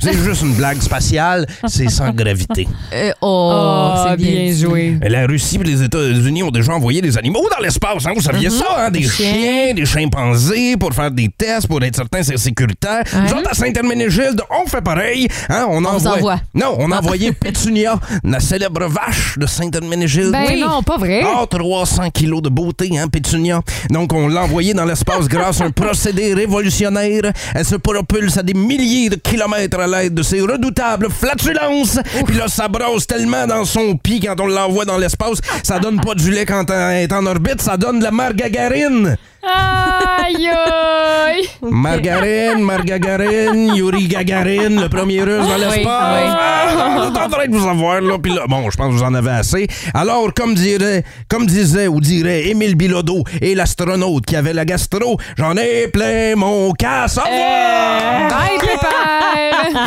Speaker 6: C'est juste une blague spatiale, c'est sans gravité.
Speaker 7: Euh, oh, c'est bien. dit.
Speaker 8: Ah, joué.
Speaker 6: La Russie et les États-Unis ont déjà envoyé des animaux dans l'espace. Hein? Vous saviez ça, hein? Des
Speaker 7: Mhm. chiens.
Speaker 6: chiens, des chimpanzés pour faire des tests, pour être certain que c'est sécuritaire. Nous autres, à Saint-Herménégilde, on fait pareil. Hein? On,
Speaker 7: vous envoie.
Speaker 6: Non, on a envoyé Pétunia, la célèbre vache de Saint-Herménégilde.
Speaker 8: Ben non, pas vrai.
Speaker 6: Ah, 300 kilos de beauté, hein, Pétunia. Donc, on l'a envoyée dans l'espace grâce à un procédé révolutionnaire. Elle se propulse à des milliers de kilomètres à l'aide de ses redoutables flatulences. Puis là, ça brosse tellement dans son pied quand on l'envoie dans l'espace. Ça donne pas du lait quand elle est en orbite, ça donne de la margagarine.
Speaker 8: Aïe, aïe.
Speaker 6: Margarine, Margagarine, Yuri Gagarine, le premier russe dans l'espace.
Speaker 8: oui.
Speaker 6: Ah, on est en train de vous avoir, là. Puis là, bon, je pense que vous en avez assez. Alors, comme dirait, comme disait ou dirait Émile Bilodeau et l'astronaute qui avait la gastro, j'en ai plein mon casse. Au revoir!
Speaker 8: Euh. Bye, Pépère.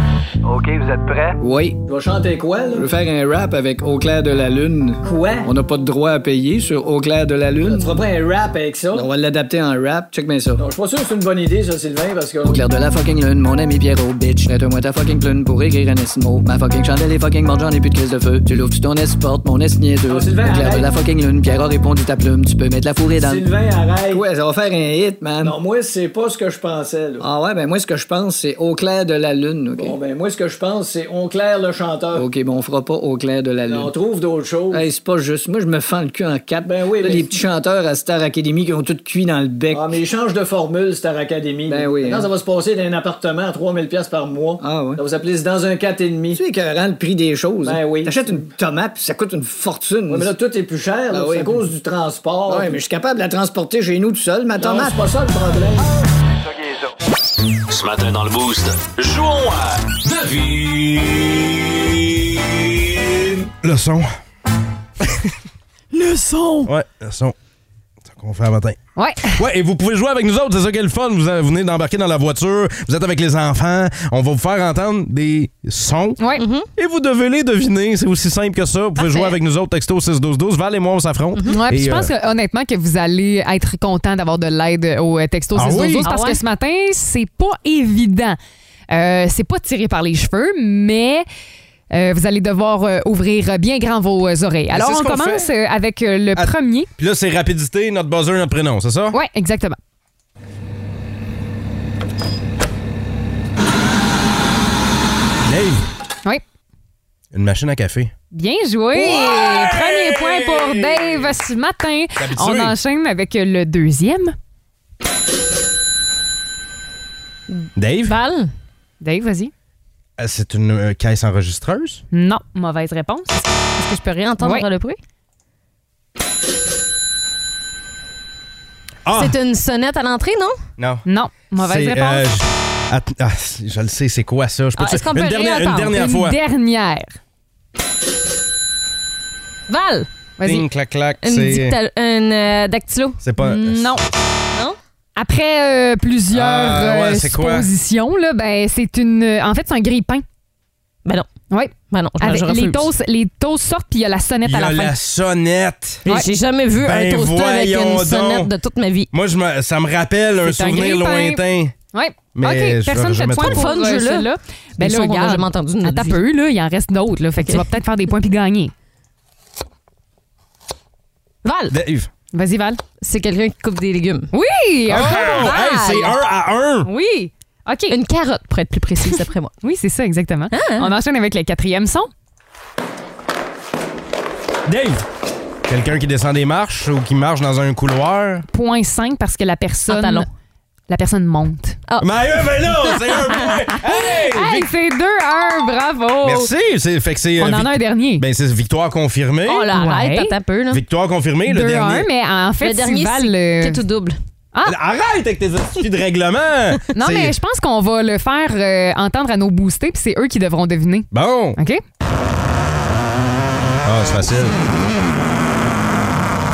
Speaker 9: OK, vous êtes prêts?
Speaker 10: Oui.
Speaker 11: Tu vas chanter quoi, là?
Speaker 10: Je veux faire un rap avec Au clair de la lune.
Speaker 11: Quoi?
Speaker 10: On n'a pas de droit à payer sur Au clair de la lune.
Speaker 11: Tu feras pas un rap avec ça?
Speaker 10: On va l'adapter en rap. Check bien ça.
Speaker 11: Non, je suis pas sûr que c'est une bonne idée, ça, Sylvain, parce que.
Speaker 10: Au clair de la fucking lune, mon ami Pierrot, bitch. Prête-moi ta fucking plume pour écrire un esmo. Ma fucking chandelle est fucking morte, j'en ai plus de crise de feu. Tu l'ouvres, tu ton porte, mon est niaiseux.
Speaker 11: Oh,
Speaker 10: Au
Speaker 11: Sylvain,
Speaker 10: clair de
Speaker 11: arrête.
Speaker 10: la fucking lune, Pierrot répondit ta plume. Tu peux mettre la fourrée dans le-
Speaker 11: Sylvain, arrête.
Speaker 10: Ouais, ça va faire un hit, man.
Speaker 11: Non, moi, c'est pas ce que je pensais, là.
Speaker 10: Ah ouais, ben moi, ce que je pense, c'est Au clair de la lune, OK?
Speaker 11: Bon, ben, moi, ce que je pense, c'est on claire le chanteur. Ben,
Speaker 10: OK, bon, on fera pas Au clair de la lune.
Speaker 11: On trouve d'autres choses.
Speaker 10: Hey, c'est pas juste. Moi, je me fends le cul en quatre.
Speaker 11: Ben oui,
Speaker 10: Là,
Speaker 11: mais-
Speaker 10: Les petits chanteurs à Star Academy qui ont tout cuit dans le bec.
Speaker 11: Ah, mais ils changent de formule, Star Academy.
Speaker 10: Ben oui,
Speaker 11: Maintenant,
Speaker 10: hein.
Speaker 11: ça va se passer d'un appartement à 3000$ piastres par mois.
Speaker 10: Ah ouais.
Speaker 11: Ça va s'appeler C'est dans un 4,5.
Speaker 10: Tu sais écœurant le prix des choses.
Speaker 11: Ben
Speaker 10: hein.
Speaker 11: oui.
Speaker 10: T'achètes une tomate, puis ça coûte une fortune. Ben
Speaker 11: Ouais, mais là, tout est plus cher. là.
Speaker 10: oui.
Speaker 11: C'est à cause du transport.
Speaker 10: Ouais, mais je suis capable de la transporter chez nous tout seul, ma
Speaker 11: Non,
Speaker 10: tomate.
Speaker 11: c'est pas ça le problème.
Speaker 2: Ce matin dans le Boost, jouons à Devine.
Speaker 6: Le son. le son. Ouais, le son. C'est ce qu'on fait à matin.
Speaker 8: Ouais.
Speaker 6: Ouais, et vous pouvez jouer avec nous autres, c'est ça qui est le fun. Vous euh, venez d'embarquer dans la voiture, vous êtes avec les enfants, on va vous faire entendre des sons.
Speaker 8: Ouais.
Speaker 6: Et vous devez les deviner, c'est aussi simple que ça. Vous pouvez jouer avec nous autres, texto 61212. Val et moi, on s'affronte.
Speaker 8: Mm-hmm. Ouais, puis
Speaker 6: Et,
Speaker 8: je pense
Speaker 6: euh,
Speaker 8: que, honnêtement que vous allez être content d'avoir de l'aide au euh, texto
Speaker 6: Ah
Speaker 8: 6
Speaker 6: oui?
Speaker 8: parce
Speaker 7: Ah ouais?
Speaker 8: que ce matin, c'est pas évident. Euh, c'est pas tiré par les cheveux, mais euh, vous allez devoir euh, ouvrir bien grand vos euh, oreilles. Alors,
Speaker 6: c'est ce
Speaker 8: on
Speaker 6: qu'on
Speaker 8: commence euh, avec euh, le
Speaker 6: Att-
Speaker 8: premier.
Speaker 6: Puis là, c'est rapidité, notre buzzer, notre prénom, c'est ça?
Speaker 8: Ouais, exactement.
Speaker 6: Dave,
Speaker 8: Oui.
Speaker 6: une machine à café.
Speaker 8: Bien joué! Premier point pour Dave ce matin.
Speaker 6: habitué.
Speaker 8: On enchaîne avec le deuxième.
Speaker 6: Dave,
Speaker 7: Val?
Speaker 8: Dave, vas-y.
Speaker 6: euh, c'est une euh, caisse enregistreuse?
Speaker 8: Non, mauvaise réponse.
Speaker 7: Est-ce que je peux réentendre
Speaker 8: Ouais.
Speaker 7: le bruit?
Speaker 6: Ah!
Speaker 7: C'est une sonnette à l'entrée, non?
Speaker 6: Non.
Speaker 8: Non, mauvaise
Speaker 6: C'est, euh,
Speaker 8: réponse.
Speaker 6: je... Att- ah, c'est- je le sais, c'est quoi ça? Je peux
Speaker 7: Ah, est-ce qu'on peut
Speaker 6: une, dernière, une
Speaker 7: réentendre?
Speaker 6: dernière
Speaker 8: Une
Speaker 6: fois.
Speaker 8: dernière.
Speaker 7: Val!
Speaker 8: Vas-y.
Speaker 6: Ding, clac, clac.
Speaker 7: Une,
Speaker 6: C'est
Speaker 7: dicta- une euh, dactylo.
Speaker 6: c'est pas.
Speaker 8: Non.
Speaker 7: Non?
Speaker 8: Après euh, plusieurs
Speaker 6: Ah, ouais,
Speaker 8: euh,
Speaker 6: c'est quoi?
Speaker 8: suppositions, là, ben, c'est une. En fait, c'est un grille-pain. Euh,
Speaker 7: Ben non.
Speaker 8: Oui.
Speaker 7: Ben non, je,
Speaker 8: Avec
Speaker 7: je refuse.
Speaker 8: les toasts, les toasts sortent puis il y a la sonnette
Speaker 6: Il y
Speaker 8: à la
Speaker 6: a
Speaker 8: fin.
Speaker 6: la sonnette.
Speaker 7: J'ai-
Speaker 8: Ouais.
Speaker 7: J'ai jamais vu
Speaker 6: Ben
Speaker 7: un toaster avec
Speaker 6: voyons
Speaker 7: une
Speaker 6: donc.
Speaker 7: sonnette de toute ma vie.
Speaker 6: Moi, je me- ça me rappelle un
Speaker 8: C'est un
Speaker 6: souvenir
Speaker 8: grippin.
Speaker 6: lointain.
Speaker 8: Ouais.
Speaker 6: Mais
Speaker 8: OK,
Speaker 6: je vais-
Speaker 8: personne
Speaker 6: je
Speaker 8: fait de
Speaker 6: vais
Speaker 8: point
Speaker 6: mettre
Speaker 8: pour
Speaker 7: trois.
Speaker 8: euh,
Speaker 7: Fun jeu, là.
Speaker 8: celui-là.
Speaker 7: Des
Speaker 8: Ben là,
Speaker 7: sons qu'on n'a
Speaker 8: regarde.
Speaker 7: jamais entendus de notre
Speaker 8: Attends
Speaker 7: vie.
Speaker 8: peu, là, il en reste d'autres. Là, fait que tu vas peut-être faire des points puis gagner.
Speaker 7: Val,
Speaker 6: Dave.
Speaker 8: Vas-y, Val.
Speaker 7: c'est quelqu'un qui coupe des légumes.
Speaker 8: Oui! Un
Speaker 6: Oh,
Speaker 8: point pour Val.
Speaker 6: hey, c'est un à un.
Speaker 8: Oui! OK.
Speaker 7: Une carotte, pour être plus précise, après moi.
Speaker 8: Oui, c'est ça, exactement. On enchaîne avec le quatrième son.
Speaker 6: Dave. Quelqu'un qui descend des marches ou qui marche dans un couloir.
Speaker 8: Point 5 parce que la
Speaker 7: En
Speaker 8: personne.
Speaker 7: talon.
Speaker 8: La personne monte.
Speaker 6: Mais euh, ben non, c'est un point. Hey!
Speaker 8: Hey, c'est 2-1, bravo!
Speaker 6: Merci. C'est, fait que c'est, euh,
Speaker 8: Oh. On en
Speaker 6: vic-
Speaker 8: a un dernier.
Speaker 6: ben, c'est victoire confirmée.
Speaker 7: Oh là,
Speaker 8: Ouais.
Speaker 7: arrête, attends un peu. Là.
Speaker 6: Victoire confirmée, le
Speaker 8: 2-1,
Speaker 6: dernier.
Speaker 8: mais en fait,
Speaker 7: le dernier,
Speaker 8: Sival,
Speaker 7: c'est
Speaker 8: euh,
Speaker 7: tout double.
Speaker 6: Arrête avec tes astuces de règlement!
Speaker 8: Non,
Speaker 6: C'est-
Speaker 8: mais je pense qu'on va le faire euh, entendre à nos boostés, puis c'est eux qui devront deviner.
Speaker 6: Bon!
Speaker 8: OK?
Speaker 6: Ah, c'est facile.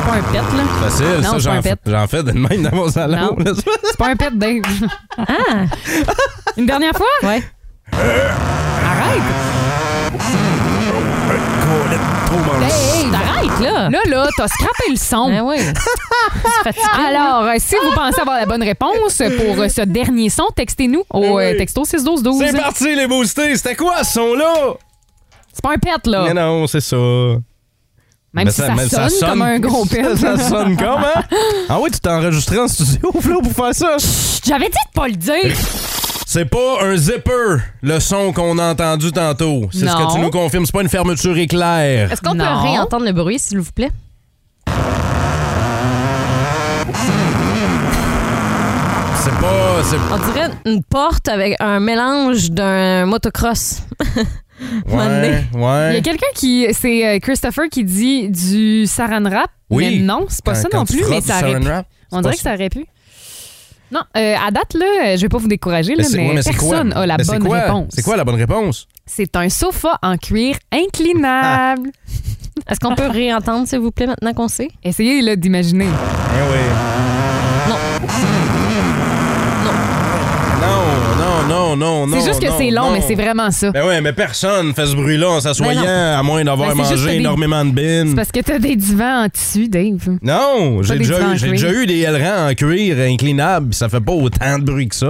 Speaker 8: Pas un pet, là.
Speaker 6: c'est Facile, ça,
Speaker 8: Non, c'est pas
Speaker 6: j'en
Speaker 8: un
Speaker 6: fais-
Speaker 8: pet.
Speaker 6: j'en fais de même dans mon salon.
Speaker 8: Non.
Speaker 6: là.
Speaker 8: C'est pas un pet, Dave.
Speaker 7: Ah!
Speaker 8: Une dernière fois?
Speaker 7: Ouais.
Speaker 8: Arrête!
Speaker 7: Hey, t'arrêtes, là!
Speaker 8: Là, là, t'as scrappé le son.
Speaker 7: Ah oui.
Speaker 8: Alors, euh, si vous pensez avoir la bonne réponse pour euh, ce dernier son, textez-nous au euh,
Speaker 6: Ben Oui.
Speaker 8: texto 61212.
Speaker 6: C'est parti, les boostés! C'était quoi ce son-là?
Speaker 8: C'est pas un pet, là.
Speaker 6: Mais non, c'est ça.
Speaker 8: Même
Speaker 6: Mais
Speaker 8: si ça,
Speaker 6: mais
Speaker 8: sonne comme un gros pet.
Speaker 6: Ça, ça sonne comme, hein? Ah oui, tu t'es enregistré en studio, Flo, pour faire ça?
Speaker 8: J'avais dit de pas le dire.
Speaker 6: C'est pas un zipper, le son qu'on a entendu tantôt. C'est ce
Speaker 8: Non.
Speaker 6: que tu nous confirmes. C'est pas une fermeture éclair.
Speaker 7: Est-ce qu'on peut
Speaker 8: Non.
Speaker 7: réentendre le bruit, s'il vous plaît?
Speaker 6: C'est pas... c'est-
Speaker 7: On dirait une porte avec un mélange d'un motocross. moment donné.
Speaker 6: Ouais,
Speaker 8: Il y
Speaker 6: ouais.
Speaker 8: a quelqu'un qui. C'est euh, Christopher qui dit du saran wrap.
Speaker 6: Oui.
Speaker 8: Mais non, c'est pas
Speaker 6: Quand-
Speaker 8: ça
Speaker 6: quand
Speaker 8: non
Speaker 6: tu
Speaker 8: plus, mais
Speaker 6: frottes
Speaker 8: ça
Speaker 6: du
Speaker 8: aurait
Speaker 6: saran
Speaker 8: pu.
Speaker 6: wrap,
Speaker 8: On
Speaker 6: c'est
Speaker 8: dirait
Speaker 6: pas
Speaker 8: que ça aurait pu. Non, euh, à date, là, euh, je vais pas vous décourager, là,
Speaker 6: c'est-
Speaker 8: mais,
Speaker 6: ouais, mais c'est quoi?
Speaker 8: personne a la
Speaker 6: Mais c'est
Speaker 8: bonne
Speaker 6: quoi?
Speaker 8: réponse.
Speaker 6: C'est quoi la bonne réponse?
Speaker 8: C'est un sofa en cuir inclinable.
Speaker 7: Est-ce qu'on peut réentendre, s'il vous plaît, maintenant qu'on sait?
Speaker 8: Essayez là, d'imaginer.
Speaker 6: Eh oui. Non. Non, non, non, Oh non.
Speaker 8: C'est juste que
Speaker 6: non,
Speaker 8: c'est long,
Speaker 6: non.
Speaker 8: mais c'est vraiment ça.
Speaker 6: Ben ouais, mais personne fait ce bruit-là en s'assoyant,
Speaker 8: Ben
Speaker 6: à moins d'avoir
Speaker 8: Ben, c'est juste que
Speaker 6: mangé
Speaker 8: des-
Speaker 6: énormément de bines.
Speaker 8: C'est parce que t'as des divans en tissu, Dave.
Speaker 6: Non, j'ai
Speaker 8: des divans
Speaker 6: déjà,
Speaker 8: en
Speaker 6: eu, j'ai
Speaker 8: cuir.
Speaker 6: déjà eu des ailerons en cuir inclinables, ça fait pas autant de bruit que ça.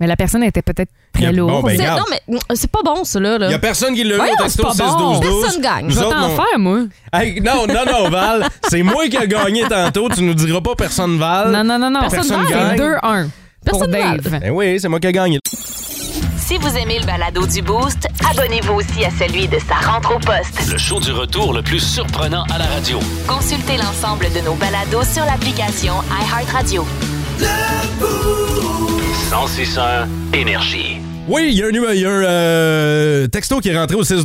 Speaker 8: Mais la personne était peut-être
Speaker 6: Y a-
Speaker 8: très
Speaker 6: bon,
Speaker 8: lourde.
Speaker 6: ben,
Speaker 7: C'est-
Speaker 6: regarde.
Speaker 7: Non, mais mm, c'est pas bon, ça, là. là.
Speaker 6: Il y a personne qui l'a eu au
Speaker 8: Voyons,
Speaker 6: texto
Speaker 8: c'est pas bon.
Speaker 6: 6 12 12.
Speaker 7: Personne gagne.
Speaker 8: Je vais
Speaker 6: Nous autres,
Speaker 8: t'en
Speaker 6: non.
Speaker 8: faire, moi.
Speaker 6: Hey, non, non, non, Val, c'est moi qui ai gagné tantôt, tu nous diras pas personne Val.
Speaker 8: Non, non, non, non.
Speaker 6: Personne
Speaker 8: C'est
Speaker 6: gagne.
Speaker 8: 2-1 pour
Speaker 7: Personne gagne.
Speaker 8: Dave.
Speaker 6: Ben oui, c'est moi qui ai gagné.
Speaker 1: Si vous aimez le balado du Boost, abonnez-vous aussi à celui de sa rentre au poste.
Speaker 2: Le show du retour le plus surprenant à la radio.
Speaker 1: Consultez l'ensemble de nos balados sur l'application iHeartRadio.
Speaker 2: 1061 Énergie.
Speaker 6: Oui, il y a un, nu- il y a un, euh, texto qui est rentré au 6-12-12,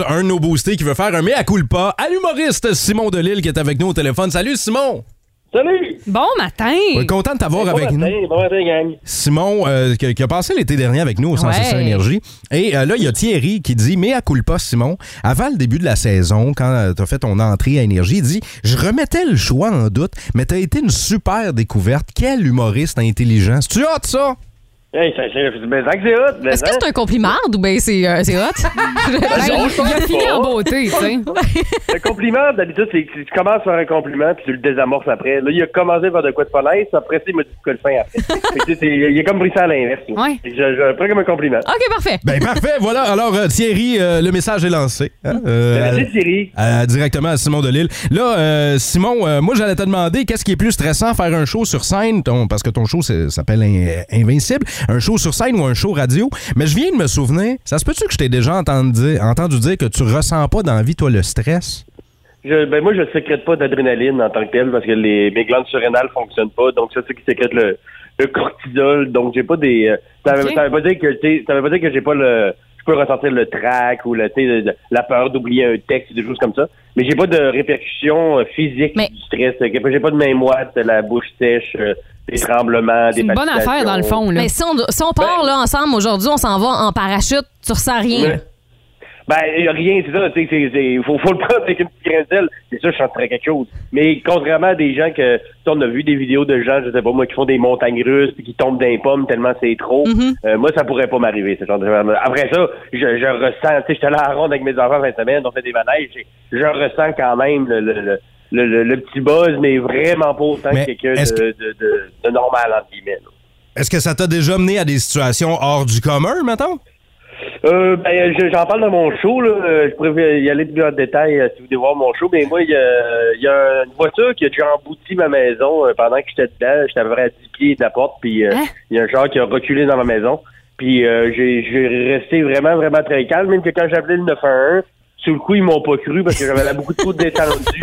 Speaker 5: Mm-hmm.
Speaker 6: un de nos boostés qui veut faire un mea culpa à l'humoriste Simon Delille qui est avec nous au téléphone. Salut Simon!
Speaker 5: Salut!
Speaker 8: Bon matin.
Speaker 6: On est content de t'avoir avec nous.
Speaker 5: Bon matin, gang.
Speaker 6: Simon, euh, qui, qui a passé l'été dernier avec nous au 106
Speaker 8: Ouais.
Speaker 6: Énergie. Et euh, là, il y a Thierry qui dit Mais à pas, Simon, avant le début de la saison, quand tu as fait ton entrée à Énergie, il dit Je remettais le choix en doute, mais t'as été une super découverte. Quel humoriste intelligent. C'est-tu hot, ça
Speaker 5: Hey, c'est c'est- c'est ben, c'est hot, ben,
Speaker 7: Est-ce que
Speaker 5: hein?
Speaker 7: c'est un compliment ou bien c'est euh, c'est hot?
Speaker 8: Ben,
Speaker 5: je
Speaker 8: il a
Speaker 5: pense
Speaker 8: fini
Speaker 5: pas.
Speaker 8: en beauté, tu sais.
Speaker 5: Le compliment, d'habitude, c'est que tu commences par un compliment, puis tu le désamorces après. Là, il a commencé par de quoi de pas nice, après, ça, il m'a dit de quoi de fin après. Fait que, tu sais, c'est- il a comme pris ça à l'inverse. là.
Speaker 8: Ouais.
Speaker 5: Fait que Je, je le prends comme un compliment.
Speaker 7: OK, parfait.
Speaker 6: Ben parfait, voilà. Alors, euh, Thierry, euh, le message est lancé. hein? Euh,
Speaker 5: Merci, Thierry.
Speaker 6: à- à- directement à Simon Delille. Là, euh, Simon, euh, moi, j'allais te demander qu'est-ce qui est plus stressant, faire un show sur scène, ton- parce que ton show c'est- s'appelle In- Invincible, un show sur scène ou un show radio. Mais je viens de me souvenir, ça se peut-tu que je t'ai déjà entendu, entendu dire que tu ressens pas dans la vie, toi, le stress?
Speaker 5: Je- ben, moi, je ne sécrète pas d'adrénaline en tant que telle, parce que les, mes glandes surrénales fonctionnent pas, donc c'est ça qui sécrète le, le cortisol. Donc, j'ai pas des. euh, ça, veut,
Speaker 8: Ok.
Speaker 5: ça veut pas dire que, tu sais, ça veut pas dire que j'ai pas le. Je peux ressentir le trac ou le, tu sais, le- la peur d'oublier un texte, des choses comme ça. Mais j'ai pas de répercussions euh, physiques
Speaker 7: Mais-
Speaker 5: du stress. Euh, que- J'ai pas de main moite, la bouche sèche, euh, des tremblements,
Speaker 8: C'est
Speaker 5: des
Speaker 8: une bonne
Speaker 5: palpitations.
Speaker 8: affaire, dans le fond. Là.
Speaker 7: Mais si on, si on
Speaker 6: Ben-
Speaker 7: part là, ensemble aujourd'hui, on s'en va en parachute, tu ressens rien.
Speaker 5: Ouais. Ben, y a rien, c'est ça. Il faut, faut le prendre avec une petite graine d'elle. C'est sûr, je chanterais quelque chose. Mais contrairement à des gens que, tu sais, on a vu des vidéos de gens, je sais pas moi, qui font des montagnes russes puis qui tombent d'un pomme tellement c'est trop.
Speaker 6: Mm-hmm.
Speaker 5: euh, moi, ça pourrait pas m'arriver, ce genre de Après ça, je, je ressens, tu sais, j'étais allé à la ronde avec mes enfants cette semaine, on fait des manèges, et je ressens quand même le, le, le- le- le- le petit buzz, mais vraiment pas autant que
Speaker 6: Mais
Speaker 5: quelqu'un
Speaker 6: est-ce
Speaker 5: de, de- de- de normal, entre guillemets. là.
Speaker 6: Est-ce que ça t'a déjà mené à des situations hors du commun, mettons?
Speaker 5: Euh, ben, je- j'en parle dans mon show. Là. Euh, Je pourrais y aller plus en détail euh, si vous voulez voir mon show. Mais moi, il y a, il y a une voiture qui a déjà embouti ma maison euh, pendant que j'étais dedans. J'étais à peu près à 10 pieds de la porte. Puis euh,
Speaker 8: Hein?
Speaker 5: il y a un genre qui a reculé dans ma maison. Puis euh, j'ai j'ai resté vraiment, vraiment très calme. Même que quand j'appelais le 911, sur le coup, ils m'ont pas cru parce que j'avais la beaucoup trop détendue